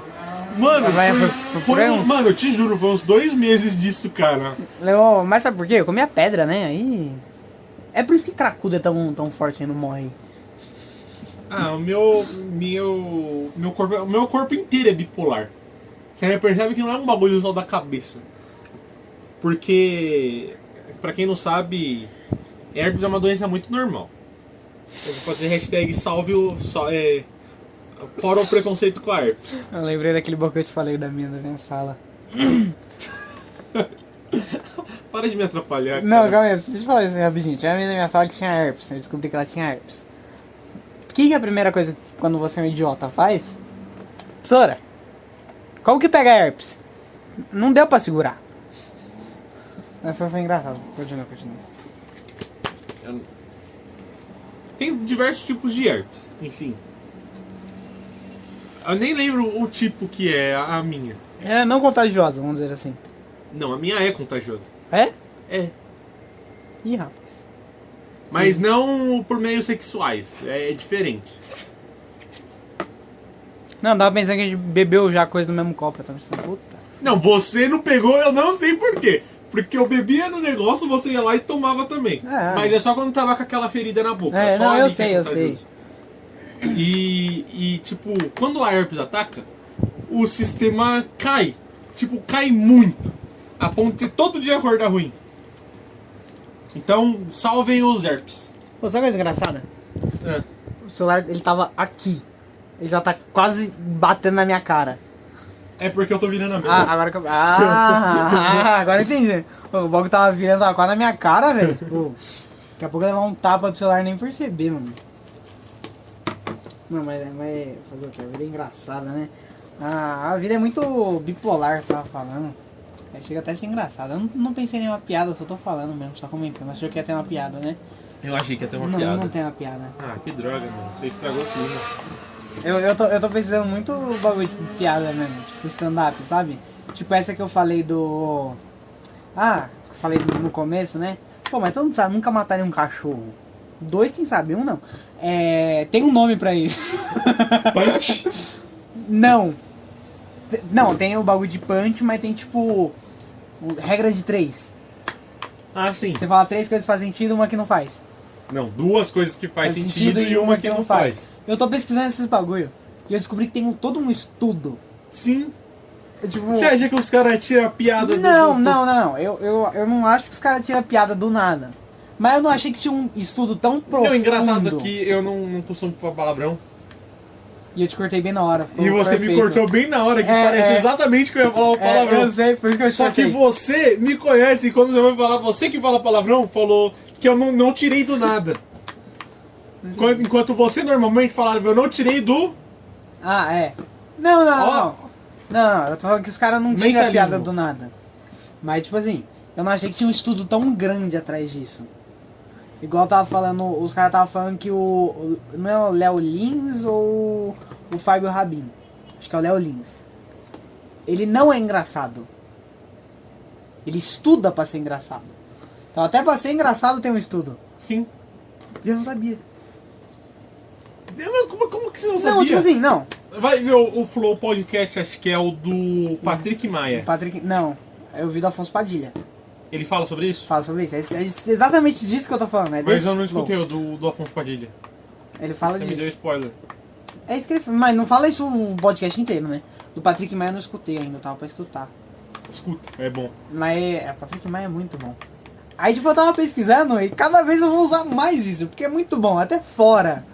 [SPEAKER 1] Mano,
[SPEAKER 2] Vai, foi-
[SPEAKER 1] foi,
[SPEAKER 2] foi
[SPEAKER 1] foi
[SPEAKER 2] por
[SPEAKER 1] um-
[SPEAKER 2] aí?
[SPEAKER 1] mano, eu te juro, foi uns dois meses disso, cara.
[SPEAKER 2] Eu- mas sabe por quê? Eu comi a pedra, né? Aí. É por isso que cracuda é tão, tão forte e não morre.
[SPEAKER 1] Ah, o meu. Meu. Meu corpo, o meu corpo inteiro é bipolar. Você percebe que não é um bagulho só da cabeça. Porque. Pra quem não sabe, herpes é uma doença muito normal. Eu vou fazer hashtag salve o. só- é, fora o preconceito com a herpes.
[SPEAKER 2] Eu lembrei daquele boca que eu te falei da minha, da minha sala.
[SPEAKER 1] Para de me atrapalhar.
[SPEAKER 2] Não,
[SPEAKER 1] cara.
[SPEAKER 2] calma aí, eu preciso te falar isso rapidinho. Tinha uma menina na minha sala que tinha herpes. Eu descobri que ela tinha herpes. O que, que é a primeira coisa que quando você é um idiota faz? Professora, como que pega herpes? Não deu pra segurar. Mas foi, foi engraçado. Continua, continua.
[SPEAKER 1] Eu- Tem diversos tipos de herpes, enfim. Eu nem lembro o tipo que é a a minha.
[SPEAKER 2] É não contagiosa, vamos dizer assim.
[SPEAKER 1] Não, a minha é contagiosa.
[SPEAKER 2] É?
[SPEAKER 1] É.
[SPEAKER 2] Ih, rapaz.
[SPEAKER 1] Mas não por meios sexuais. É diferente.
[SPEAKER 2] Não, eu tava pensando que a gente bebeu já coisa no mesmo copo. Eu tava pensando, puta.
[SPEAKER 1] Não, você não pegou, eu não sei por quê. Porque eu bebia no negócio, você ia lá e tomava também.
[SPEAKER 2] Ah.
[SPEAKER 1] Mas é só quando tava com aquela ferida na boca.
[SPEAKER 2] É,
[SPEAKER 1] só
[SPEAKER 2] não,
[SPEAKER 1] ali
[SPEAKER 2] eu
[SPEAKER 1] que é
[SPEAKER 2] sei, eu
[SPEAKER 1] contagioso. E, e, tipo, quando a herpes ataca, o sistema cai. Tipo, cai muito. A ponto de todo dia acordar ruim. Então, salvem os herpes.
[SPEAKER 2] Pô, sabe uma coisa engraçada?
[SPEAKER 1] É.
[SPEAKER 2] O celular, ele tava aqui. Ele já tá quase batendo na minha cara.
[SPEAKER 1] É porque eu tô virando a mesa.
[SPEAKER 2] Ah, agora que eu... Ah, ah, agora eu entendi. O bagulho tava virando, tava quase na minha cara, velho. Pô, Daqui a pouco eu ia levar um tapa do celular e nem perceber, mano. Não, mas, mas fazer o quê? A vida é engraçada, né? Ah, a vida é muito bipolar, você tava falando. Aí chega até a ser engraçado. Eu não, não pensei em nenhuma piada, eu só tô falando mesmo, só comentando. Achei que ia ter uma piada, né?
[SPEAKER 1] Eu achei que ia ter uma
[SPEAKER 2] não,
[SPEAKER 1] piada.
[SPEAKER 2] não tem uma piada.
[SPEAKER 1] Ah, que droga, mano. Você estragou tudo.
[SPEAKER 2] Eu, eu, tô, eu tô precisando muito bagulho tipo, piada mesmo, tipo stand-up, sabe? Tipo essa que eu falei do. Ah, que eu falei no começo, né? Pô, mas todo mundo sabe, nunca mataria um cachorro. Dois, quem sabe, um não. É. Tem um nome pra isso.
[SPEAKER 1] Punch.
[SPEAKER 2] não. Te- Não, tem o bagulho de punch, mas tem tipo. um- Regra de três.
[SPEAKER 1] Ah, sim.
[SPEAKER 2] Você fala três coisas que fazem sentido, uma que não faz.
[SPEAKER 1] Não, duas coisas que faz, sentido, e uma que não faz.
[SPEAKER 2] Eu tô pesquisando esses bagulho e eu descobri que tem um- todo um estudo.
[SPEAKER 1] Sim.
[SPEAKER 2] Tipo,
[SPEAKER 1] Você acha que os caras tiram a piada do-
[SPEAKER 2] Não,
[SPEAKER 1] do...
[SPEAKER 2] não, não, não. Eu, eu, eu não acho que os caras tiram piada do nada. Mas eu não achei que tinha um estudo tão profundo.
[SPEAKER 1] Não, é engraçado que eu não, não costumo falar palavrão.
[SPEAKER 2] E eu te cortei bem na hora. ficou
[SPEAKER 1] e você me
[SPEAKER 2] perfeito.
[SPEAKER 1] cortou bem na hora, que
[SPEAKER 2] É,
[SPEAKER 1] parece
[SPEAKER 2] é.
[SPEAKER 1] exatamente que eu ia falar o
[SPEAKER 2] É,
[SPEAKER 1] palavrão.
[SPEAKER 2] eu sei, por isso que eu te
[SPEAKER 1] Só que
[SPEAKER 2] cortei.
[SPEAKER 1] você me conhece e quando você vai falar, você que fala palavrão, falou que eu não, não tirei do nada. Enquanto- Enquanto você normalmente falava, eu não tirei do.
[SPEAKER 2] Ah, é. Não, não,
[SPEAKER 1] Ó.
[SPEAKER 2] não. Não, não, eu tô falando que os caras não tiram
[SPEAKER 1] Mentalismo.
[SPEAKER 2] piada do nada. Mas, tipo assim, eu não achei que tinha um estudo tão grande atrás disso. Igual eu tava falando, os caras estavam falando que o, o- Não é o Léo Lins ou o Fábio Rabin? Acho que é o Léo Lins. Ele não é engraçado. Ele estuda pra ser engraçado. Então, até pra ser engraçado tem um estudo.
[SPEAKER 1] Sim.
[SPEAKER 2] E eu não sabia.
[SPEAKER 1] Mas Como, como que você não sabia?
[SPEAKER 2] Não, tipo assim, não.
[SPEAKER 1] Vai ver o, o Flow Podcast, acho que é o do Patrick Maia.
[SPEAKER 2] Patrick, não. Eu vi do Afonso Padilha.
[SPEAKER 1] Ele fala sobre isso?
[SPEAKER 2] fala sobre isso. É, é exatamente disso que eu tô falando. É
[SPEAKER 1] Mas
[SPEAKER 2] desse
[SPEAKER 1] eu não
[SPEAKER 2] flow.
[SPEAKER 1] escutei o do, do Afonso Padilha.
[SPEAKER 2] Ele fala
[SPEAKER 1] Você me
[SPEAKER 2] disso.
[SPEAKER 1] deu spoiler.
[SPEAKER 2] É isso que ele Mas não fala isso o podcast inteiro, né? Do Patrick Maia eu não escutei ainda, eu tava pra escutar.
[SPEAKER 1] Escuta, é bom.
[SPEAKER 2] Mas é, Patrick Maia é muito bom. Aí tipo, eu tava pesquisando e cada vez eu vou usar mais isso, porque é muito bom, até fora.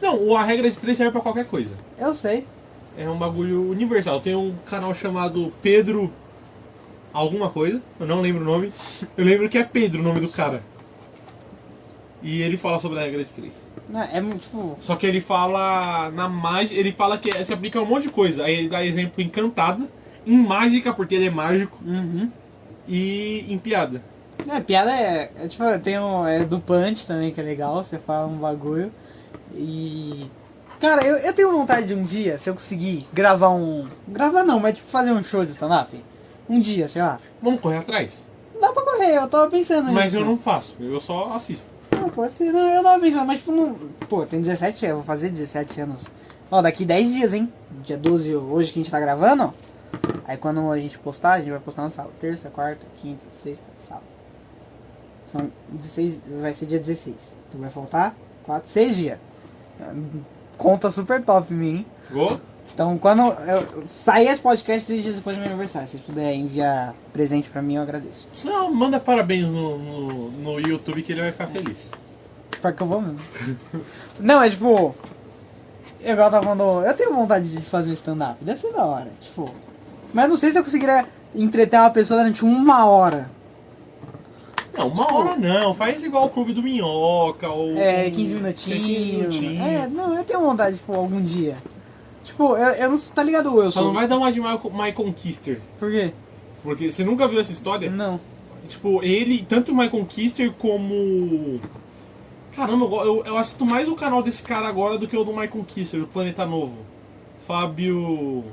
[SPEAKER 1] Não, o- a regra de três serve pra qualquer coisa.
[SPEAKER 2] Eu sei.
[SPEAKER 1] É um bagulho universal. Tem um canal chamado Pedro alguma coisa, eu não lembro o nome. Eu lembro que é Pedro o nome do cara. E ele fala sobre a regra de três.
[SPEAKER 2] Não, é muito, tipo.
[SPEAKER 1] Só que ele fala na mágica. Ele fala que se aplica a um monte de coisa. Aí ele dá exemplo em cantada, em mágica, porque ele é mágico,
[SPEAKER 2] Uhum.
[SPEAKER 1] e em piada.
[SPEAKER 2] É, piada é, é tipo, tem um, é do punch também, que é legal, você fala um bagulho. E. Cara, eu, eu tenho vontade de um dia, se eu conseguir gravar um. Gravar não, mas tipo fazer um show de stand-up. Um dia, sei lá.
[SPEAKER 1] Vamos correr atrás.
[SPEAKER 2] Dá pra correr, eu tava pensando
[SPEAKER 1] Mas
[SPEAKER 2] nisso.
[SPEAKER 1] eu não faço, eu só assisto.
[SPEAKER 2] Não, pode ser, não, eu tava pensando, mas tipo, não. Pô, tem 17 anos, eu vou fazer 17 anos. Ó, daqui 10 dias, hein? Dia 12, hoje que a gente tá gravando. ó. Aí quando a gente postar, a gente vai postar no sábado. Terça, quarta, quinta, sexta, sábado. São 16, vai ser dia 16. Então vai faltar 4, 6 dias. Conta super top em mim, hein?
[SPEAKER 1] Vou?
[SPEAKER 2] Então quando eu sair esse podcast, 6 dias depois do meu aniversário. Se puder enviar presente pra mim, eu agradeço.
[SPEAKER 1] Não, manda parabéns no, no, no YouTube que ele vai ficar feliz.
[SPEAKER 2] Pior que eu vou mesmo. Não, é tipo. Eu igual eu tava falando. Eu tenho vontade de fazer um stand-up. Deve ser da hora. Tipo. Mas eu não sei se eu conseguiria entreter uma pessoa durante uma hora.
[SPEAKER 1] Não, uma hora não. Faz igual o Clube do Minhoca ou...
[SPEAKER 2] É, 15
[SPEAKER 1] É, 15
[SPEAKER 2] minutinhos.
[SPEAKER 1] minutinhos.
[SPEAKER 2] É, não, eu tenho vontade, tipo, algum dia. Tipo, eu, eu não sei. Tá ligado, o
[SPEAKER 1] Só não
[SPEAKER 2] Wilson?
[SPEAKER 1] vai dar uma de Michael, Michael Kister.
[SPEAKER 2] Por quê?
[SPEAKER 1] Porque você nunca viu essa história?
[SPEAKER 2] Não.
[SPEAKER 1] Tipo, ele, tanto o Michael Kister como... Caramba, eu, eu- eu assisto mais o canal desse cara agora do que o do Michael Kister, do Planeta Novo. Fábio...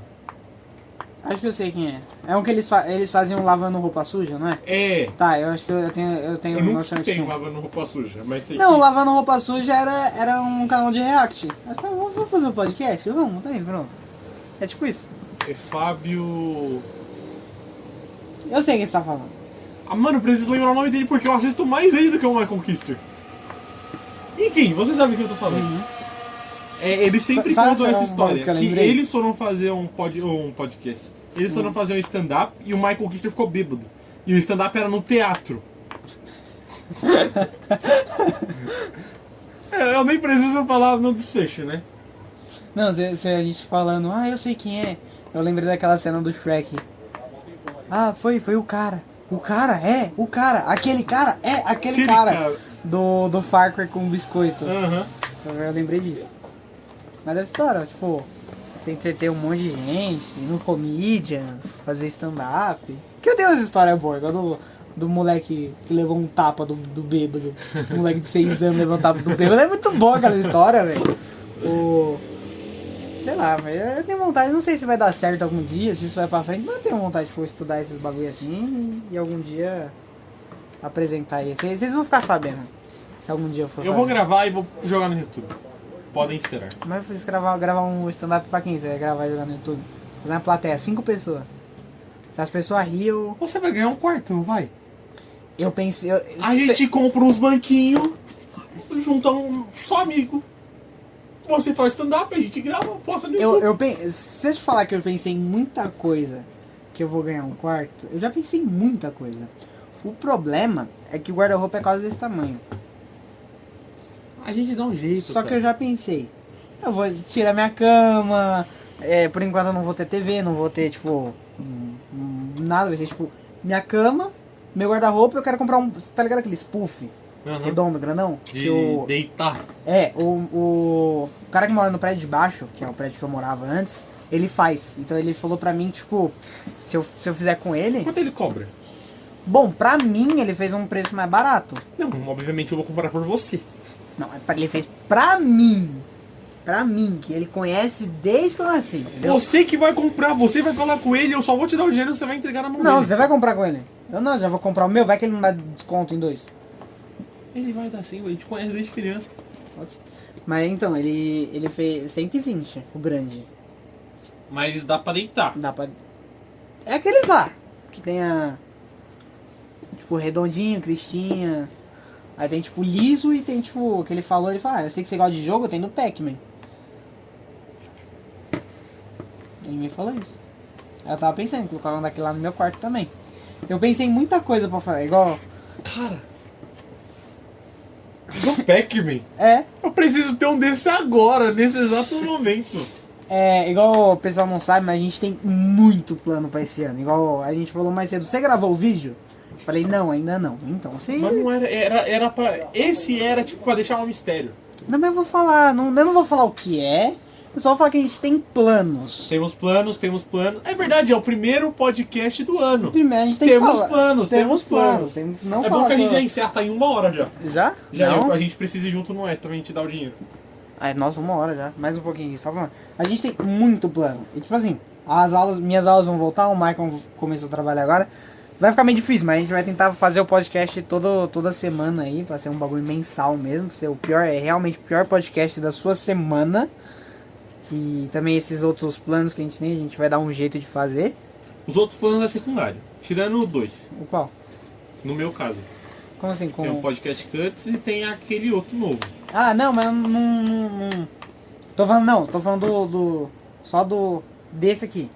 [SPEAKER 2] Acho que eu sei quem é. É um que eles, fa- eles fazem um lavando roupa suja, não é?
[SPEAKER 1] É,
[SPEAKER 2] Tá, eu acho que eu, eu tenho. Eu tenho
[SPEAKER 1] eu nunca
[SPEAKER 2] noção de
[SPEAKER 1] escutei
[SPEAKER 2] quem
[SPEAKER 1] o
[SPEAKER 2] é.
[SPEAKER 1] Lavando Roupa Suja, mas sei
[SPEAKER 2] Não,
[SPEAKER 1] que...
[SPEAKER 2] o Lavando Roupa Suja era, era um canal de react. Eu falei, vamos vamos fazer um podcast? Vamos, tá aí, pronto. É tipo isso.
[SPEAKER 1] É Fábio...
[SPEAKER 2] Eu sei quem você tá falando.
[SPEAKER 1] Ah, mano, eu preciso lembrar o nome dele porque eu assisto mais ele do que o Michael Kister. Enfim, você sabe o que eu tô falando. É, ele sempre
[SPEAKER 2] Uhum. Sabe
[SPEAKER 1] contou
[SPEAKER 2] essa
[SPEAKER 1] essa
[SPEAKER 2] é uma
[SPEAKER 1] história.
[SPEAKER 2] que eu
[SPEAKER 1] Que,
[SPEAKER 2] lembrei? Uhum.
[SPEAKER 1] eles foram fazer um, pod, um podcast. Eles foram fazer um stand-up e o Michael Kister ficou bêbado. E o stand-up era no teatro. É, eu nem preciso falar no desfecho, né?
[SPEAKER 2] Não, se, se a gente falando, ah, eu sei quem é. Eu lembrei daquela cena do Shrek. Ah, foi, foi o cara. O cara, é, o cara. Aquele cara, é, aquele,
[SPEAKER 1] Aquele
[SPEAKER 2] cara.
[SPEAKER 1] cara. Ah.
[SPEAKER 2] Do, do Farquhar com biscoito.
[SPEAKER 1] Aham.
[SPEAKER 2] Então, Eu, eu lembrei disso. Mas deve ser da hora, tipo, você entreter um monte de gente, ir no comedians, fazer stand-up. Que eu tenho umas histórias boas, igual do, do moleque que levou um tapa do, do bêbado. O moleque de 6 anos levou um tapa do bêbado. É muito boa aquela história, velho. O. Sei lá, mas eu tenho vontade, não sei se vai dar certo algum dia, se isso vai pra frente, mas eu tenho vontade de tipo, estudar esses bagulho assim e, e algum dia apresentar aí. Vocês vocês vão ficar sabendo. Se algum dia eu for
[SPEAKER 1] Eu vou
[SPEAKER 2] fazer.
[SPEAKER 1] gravar e vou jogar no YouTube. Podem esperar.
[SPEAKER 2] Mas eu fiz gravar, gravar um stand-up pra quem? Você vai gravar e jogar no YouTube? Fazer uma plateia, cinco pessoas. Se as pessoas riam,
[SPEAKER 1] Você vai ganhar um quarto, não vai?
[SPEAKER 2] eu pensei. Eu,
[SPEAKER 1] A
[SPEAKER 2] se-
[SPEAKER 1] gente compra uns banquinhos, junta um só amigo. Você faz stand-up, a gente grava, posta no
[SPEAKER 2] eu,
[SPEAKER 1] YouTube.
[SPEAKER 2] eu pen- Se eu te falar que eu pensei em muita coisa que eu vou ganhar um quarto, eu já pensei em muita coisa. O problema é que o guarda-roupa é quase desse tamanho.
[SPEAKER 1] A gente dá um jeito.
[SPEAKER 2] Só que
[SPEAKER 1] cara.
[SPEAKER 2] eu já pensei. Eu vou tirar minha cama. é, por enquanto eu não vou ter TV, não vou ter, tipo. hum, hum, Nada, vai ser tipo. Minha cama, meu guarda-roupa, eu quero comprar um. Tá ligado aquele puff?
[SPEAKER 1] Aham.
[SPEAKER 2] redondo, grandão.
[SPEAKER 1] De
[SPEAKER 2] que o,
[SPEAKER 1] deitar.
[SPEAKER 2] é, o, o o cara que mora no prédio de baixo, que é o prédio que eu morava antes, ele faz. Então ele falou pra mim, tipo, se eu, se eu fizer com ele.
[SPEAKER 1] Quanto ele cobra?
[SPEAKER 2] Bom, pra mim ele fez um preço mais barato.
[SPEAKER 1] Não, obviamente eu vou comprar por você.
[SPEAKER 2] Não, é pra- ele fez pra mim. Pra mim, que ele conhece desde que eu nasci. entendeu?
[SPEAKER 1] Você que vai comprar, você vai falar com ele, eu só vou te dar o dinheiro e você vai entregar na mão
[SPEAKER 2] Não,
[SPEAKER 1] dele.
[SPEAKER 2] você vai comprar com ele. Eu não, já vou comprar o meu, vai que ele não dá desconto em dois.
[SPEAKER 1] Ele vai dar assim, a gente conhece desde criança.
[SPEAKER 2] Pode ser. Mas então, ele, ele fez 120, o grande.
[SPEAKER 1] Mas dá pra deitar.
[SPEAKER 2] Dá pra. É aqueles lá. Que tem a. Tipo, redondinho, cristinha. Aí tem tipo liso e tem tipo. o Que ele falou, ele fala, ah, eu sei que você gosta de jogo, tem no Pac-Man. Ele me falou isso. Aí eu tava pensando, em colocar um daquele lá no meu quarto também. Eu pensei em muita coisa pra falar, igual.
[SPEAKER 1] Cara. Do Pac-Man.
[SPEAKER 2] É,
[SPEAKER 1] Eu preciso ter um desse agora, nesse exato momento.
[SPEAKER 2] É, igual o pessoal não sabe, mas a gente tem muito plano pra esse ano. Igual a gente falou mais cedo. Você gravou o vídeo? Falei, não, ainda não. Então, se.
[SPEAKER 1] Mas não era, era, era pra. Esse era tipo pra deixar um mistério.
[SPEAKER 2] Não, mas eu vou falar. Não, eu não vou falar o que é. Eu só vou falar que a gente tem planos.
[SPEAKER 1] Temos planos, temos planos. É verdade, é o primeiro podcast do ano.
[SPEAKER 2] Primeiro, a gente tem
[SPEAKER 1] temos
[SPEAKER 2] que falar.
[SPEAKER 1] planos, temos planos.
[SPEAKER 2] Tem- não
[SPEAKER 1] é
[SPEAKER 2] falar
[SPEAKER 1] bom que a gente
[SPEAKER 2] só-
[SPEAKER 1] já encerra, tá em uma hora já.
[SPEAKER 2] Já?
[SPEAKER 1] Já
[SPEAKER 2] não?
[SPEAKER 1] a gente precisa ir junto no extra pra gente dar o dinheiro.
[SPEAKER 2] Ai, nossa, uma hora já. Mais um pouquinho aqui, só pra... A gente tem muito plano. E tipo assim, as aulas, minhas aulas vão voltar, o Michael começou a trabalhar agora. Vai ficar meio difícil, mas a gente vai tentar fazer o podcast todo, toda semana aí, pra ser um bagulho mensal mesmo, pra ser o pior, é realmente o pior podcast da sua semana. Que também esses outros planos que a gente tem, a gente vai dar um jeito de fazer.
[SPEAKER 1] Os outros planos é secundário. Tirando dois,
[SPEAKER 2] O qual?
[SPEAKER 1] no meu caso.
[SPEAKER 2] Como assim?
[SPEAKER 1] Tem um
[SPEAKER 2] Como...
[SPEAKER 1] podcast Cuts e tem aquele outro novo.
[SPEAKER 2] Ah, não, mas não, não, não- Tô falando, não, tô falando do. do- só do. desse aqui.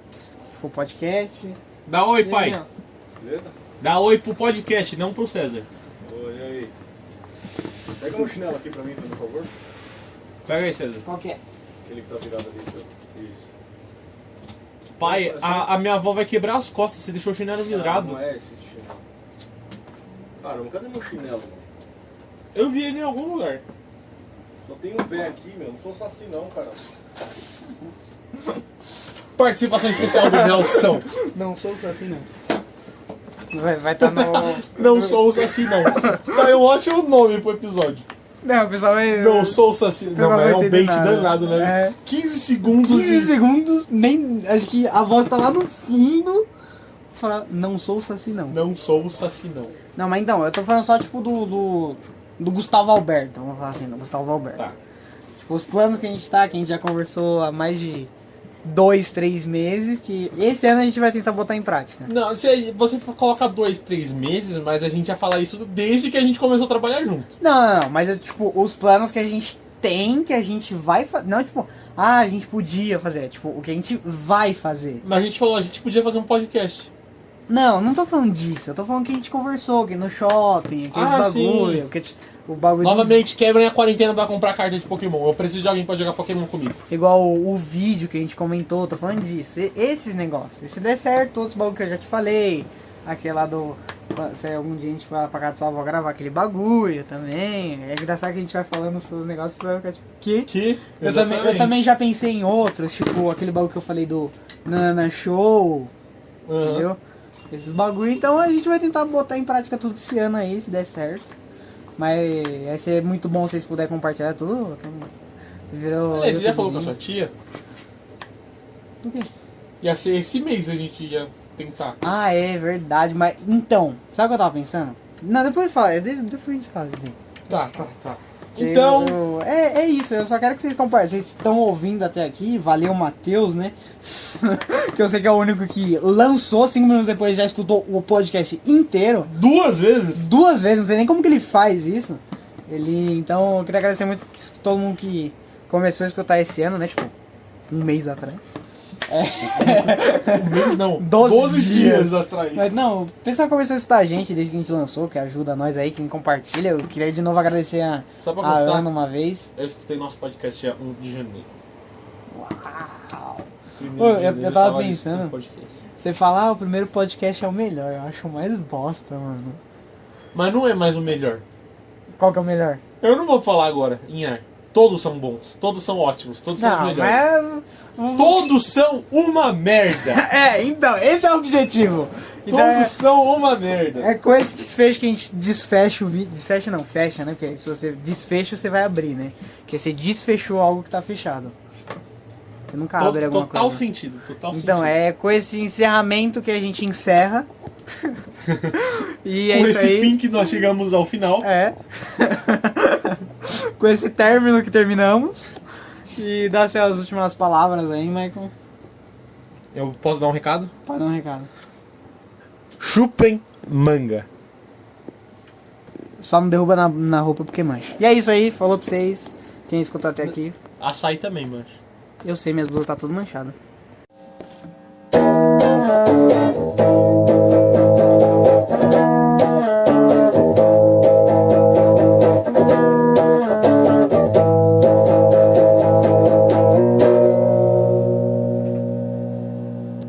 [SPEAKER 2] Tipo, podcast.
[SPEAKER 1] Dá oi, pai.
[SPEAKER 3] Beleza?
[SPEAKER 1] Dá oi pro podcast, não pro César.
[SPEAKER 3] Oi, e aí? Pega um chinelo aqui pra mim, por favor.
[SPEAKER 1] Pega aí, César.
[SPEAKER 2] Qual que é?
[SPEAKER 3] Aquele que tá virado ali. seu. Isso.
[SPEAKER 1] Pai,
[SPEAKER 3] Nossa,
[SPEAKER 1] a, a minha avó vai quebrar as costas, você deixou o chinelo
[SPEAKER 3] Ah,
[SPEAKER 1] virado.
[SPEAKER 3] Não é esse chinelo. Caramba, cadê meu chinelo, mano?
[SPEAKER 1] Eu vi ele em algum lugar.
[SPEAKER 3] Só tem um pé aqui, meu. Não sou saci não, cara.
[SPEAKER 1] Participação especial do Nelson.
[SPEAKER 2] Não sou assim não. Vai vai tá no.
[SPEAKER 1] Não sou o Saci, não. Tá, eu acho o nome pro episódio.
[SPEAKER 2] Não, o pessoal vai.
[SPEAKER 1] Não sou o Saci. Não,
[SPEAKER 2] não
[SPEAKER 1] mas é
[SPEAKER 2] vai
[SPEAKER 1] um
[SPEAKER 2] entender
[SPEAKER 1] bait
[SPEAKER 2] nada.
[SPEAKER 1] danado, né?
[SPEAKER 2] É.
[SPEAKER 1] 15 segundos
[SPEAKER 2] 15
[SPEAKER 1] e...
[SPEAKER 2] segundos, nem. Acho que a voz tá lá no fundo. Fala, não sou o Saci não.
[SPEAKER 1] Não sou o Saci, não.
[SPEAKER 2] Não, mas então, eu tô falando só tipo do. do, do Gustavo Alberto, vamos falar assim, do Gustavo Alberto.
[SPEAKER 1] Tá.
[SPEAKER 2] Tipo, os planos que a gente tá, que a gente já conversou há mais de dois, três meses, que esse ano a gente vai tentar botar em prática.
[SPEAKER 1] Não, você, você coloca dois, três meses, mas a gente ia falar isso desde que a gente começou a trabalhar junto.
[SPEAKER 2] Não, não, não, mas eu, tipo, os planos que a gente tem, que a gente vai fazer. Não, tipo, ah, a gente podia fazer. é, Tipo, o que a gente vai fazer.
[SPEAKER 1] Mas a gente falou, a gente podia fazer um podcast.
[SPEAKER 2] Não, não tô falando disso. Eu tô falando que a gente conversou, que no shopping, aqueles
[SPEAKER 1] Ah,
[SPEAKER 2] bagulho, que a gente- o bagulho. do-
[SPEAKER 1] Novamente, quebrem a quarentena pra comprar carta de Pokémon. Eu preciso de alguém pra jogar Pokémon comigo.
[SPEAKER 2] Igual o, o vídeo que a gente comentou, tô falando disso. E- esses negócios. E se der certo, outros bagulho que eu já te falei. Aquele lá do. Se algum dia a gente for lá pra casa do sua avó gravar aquele bagulho também. É engraçado que a gente vai falando sobre os negócios vai ficar tipo, que?
[SPEAKER 1] Que?
[SPEAKER 2] Eu também, eu também já pensei em outros, tipo aquele bagulho que eu falei do Nana Show,
[SPEAKER 1] Aham.
[SPEAKER 2] entendeu? Esses bagulho, então a gente vai tentar botar em prática tudo esse ano aí, se der certo. Mas vai ser muito bom se vocês puderem compartilhar tudo. Então, virou.
[SPEAKER 1] Aliás, você já falou com a sua
[SPEAKER 2] YouTubezinho.
[SPEAKER 1] tia?
[SPEAKER 2] Do quê?
[SPEAKER 1] Ia ser esse mês a gente ia tentar.
[SPEAKER 2] Ah, é verdade, mas então, sabe o que eu tava pensando? Não, depois fala, é, de- depois a gente fala. assim.
[SPEAKER 1] Tá, tá, tá.
[SPEAKER 2] Eu-
[SPEAKER 1] Então,
[SPEAKER 2] eu- é, é isso, eu só quero que vocês compartilhem. Vocês estão ouvindo até aqui, valeu Matheus, né? que eu sei que é o único que lançou, cinco minutos depois já escutou o podcast inteiro.
[SPEAKER 1] duas vezes?
[SPEAKER 2] Duas vezes, não sei nem como que ele faz isso. Ele, então, eu queria agradecer muito que todo mundo que começou a escutar esse ano, né? Tipo, um mês atrás.
[SPEAKER 1] Um mês não.
[SPEAKER 2] Doze
[SPEAKER 1] Doze
[SPEAKER 2] dias.
[SPEAKER 1] atrás.
[SPEAKER 2] Mas não, o pessoal começou a escutar a gente desde que a gente lançou, que ajuda nós aí, quem compartilha. Eu queria de novo agradecer a,
[SPEAKER 1] Só pra
[SPEAKER 2] a
[SPEAKER 1] constar,
[SPEAKER 2] Ana uma vez.
[SPEAKER 1] eu escutei nosso podcast dia 1 de janeiro.
[SPEAKER 2] Uau!
[SPEAKER 1] Primeiro
[SPEAKER 2] Ô,
[SPEAKER 1] de
[SPEAKER 2] eu-
[SPEAKER 1] janeiro
[SPEAKER 2] eu tava
[SPEAKER 1] lá escutando
[SPEAKER 2] pensando.
[SPEAKER 1] podcast.
[SPEAKER 2] Você falar ah, o primeiro podcast é o melhor, eu acho o mais bosta, mano.
[SPEAKER 1] Mas não é mais o melhor.
[SPEAKER 2] Qual que é o melhor?
[SPEAKER 1] Eu não vou falar agora em ar. Todos são bons, todos são ótimos, todos são os
[SPEAKER 2] Não,
[SPEAKER 1] melhores.
[SPEAKER 2] mas. um,
[SPEAKER 1] Todos são uma merda.
[SPEAKER 2] É, então, esse é o objetivo. Então, é-
[SPEAKER 1] todos são uma merda.
[SPEAKER 2] é com esse desfecho que a gente desfecha o vídeo. Desfecha não, fecha, né? Porque se você desfecha, você vai abrir, né? Porque você desfechou algo que tá fechado. Você nunca
[SPEAKER 1] To-
[SPEAKER 2] abre alguma
[SPEAKER 1] total
[SPEAKER 2] coisa.
[SPEAKER 1] sentido, total
[SPEAKER 2] Então,
[SPEAKER 1] sentido.
[SPEAKER 2] é com esse encerramento que a gente encerra. e é
[SPEAKER 1] Com
[SPEAKER 2] isso
[SPEAKER 1] esse
[SPEAKER 2] aí.
[SPEAKER 1] fim que nós chegamos ao final.
[SPEAKER 2] É. com esse término que terminamos. E dá as últimas palavras aí, Michael,
[SPEAKER 1] Eu posso dar um recado?
[SPEAKER 2] para dar um recado.
[SPEAKER 1] Chupem manga.
[SPEAKER 2] Só não derruba na, na roupa porque mancha. E é isso aí, falou pra vocês. Quem escutou até aqui,
[SPEAKER 1] Açaí também, mancha.
[SPEAKER 2] eu sei, minhas blusas tá tudo manchada.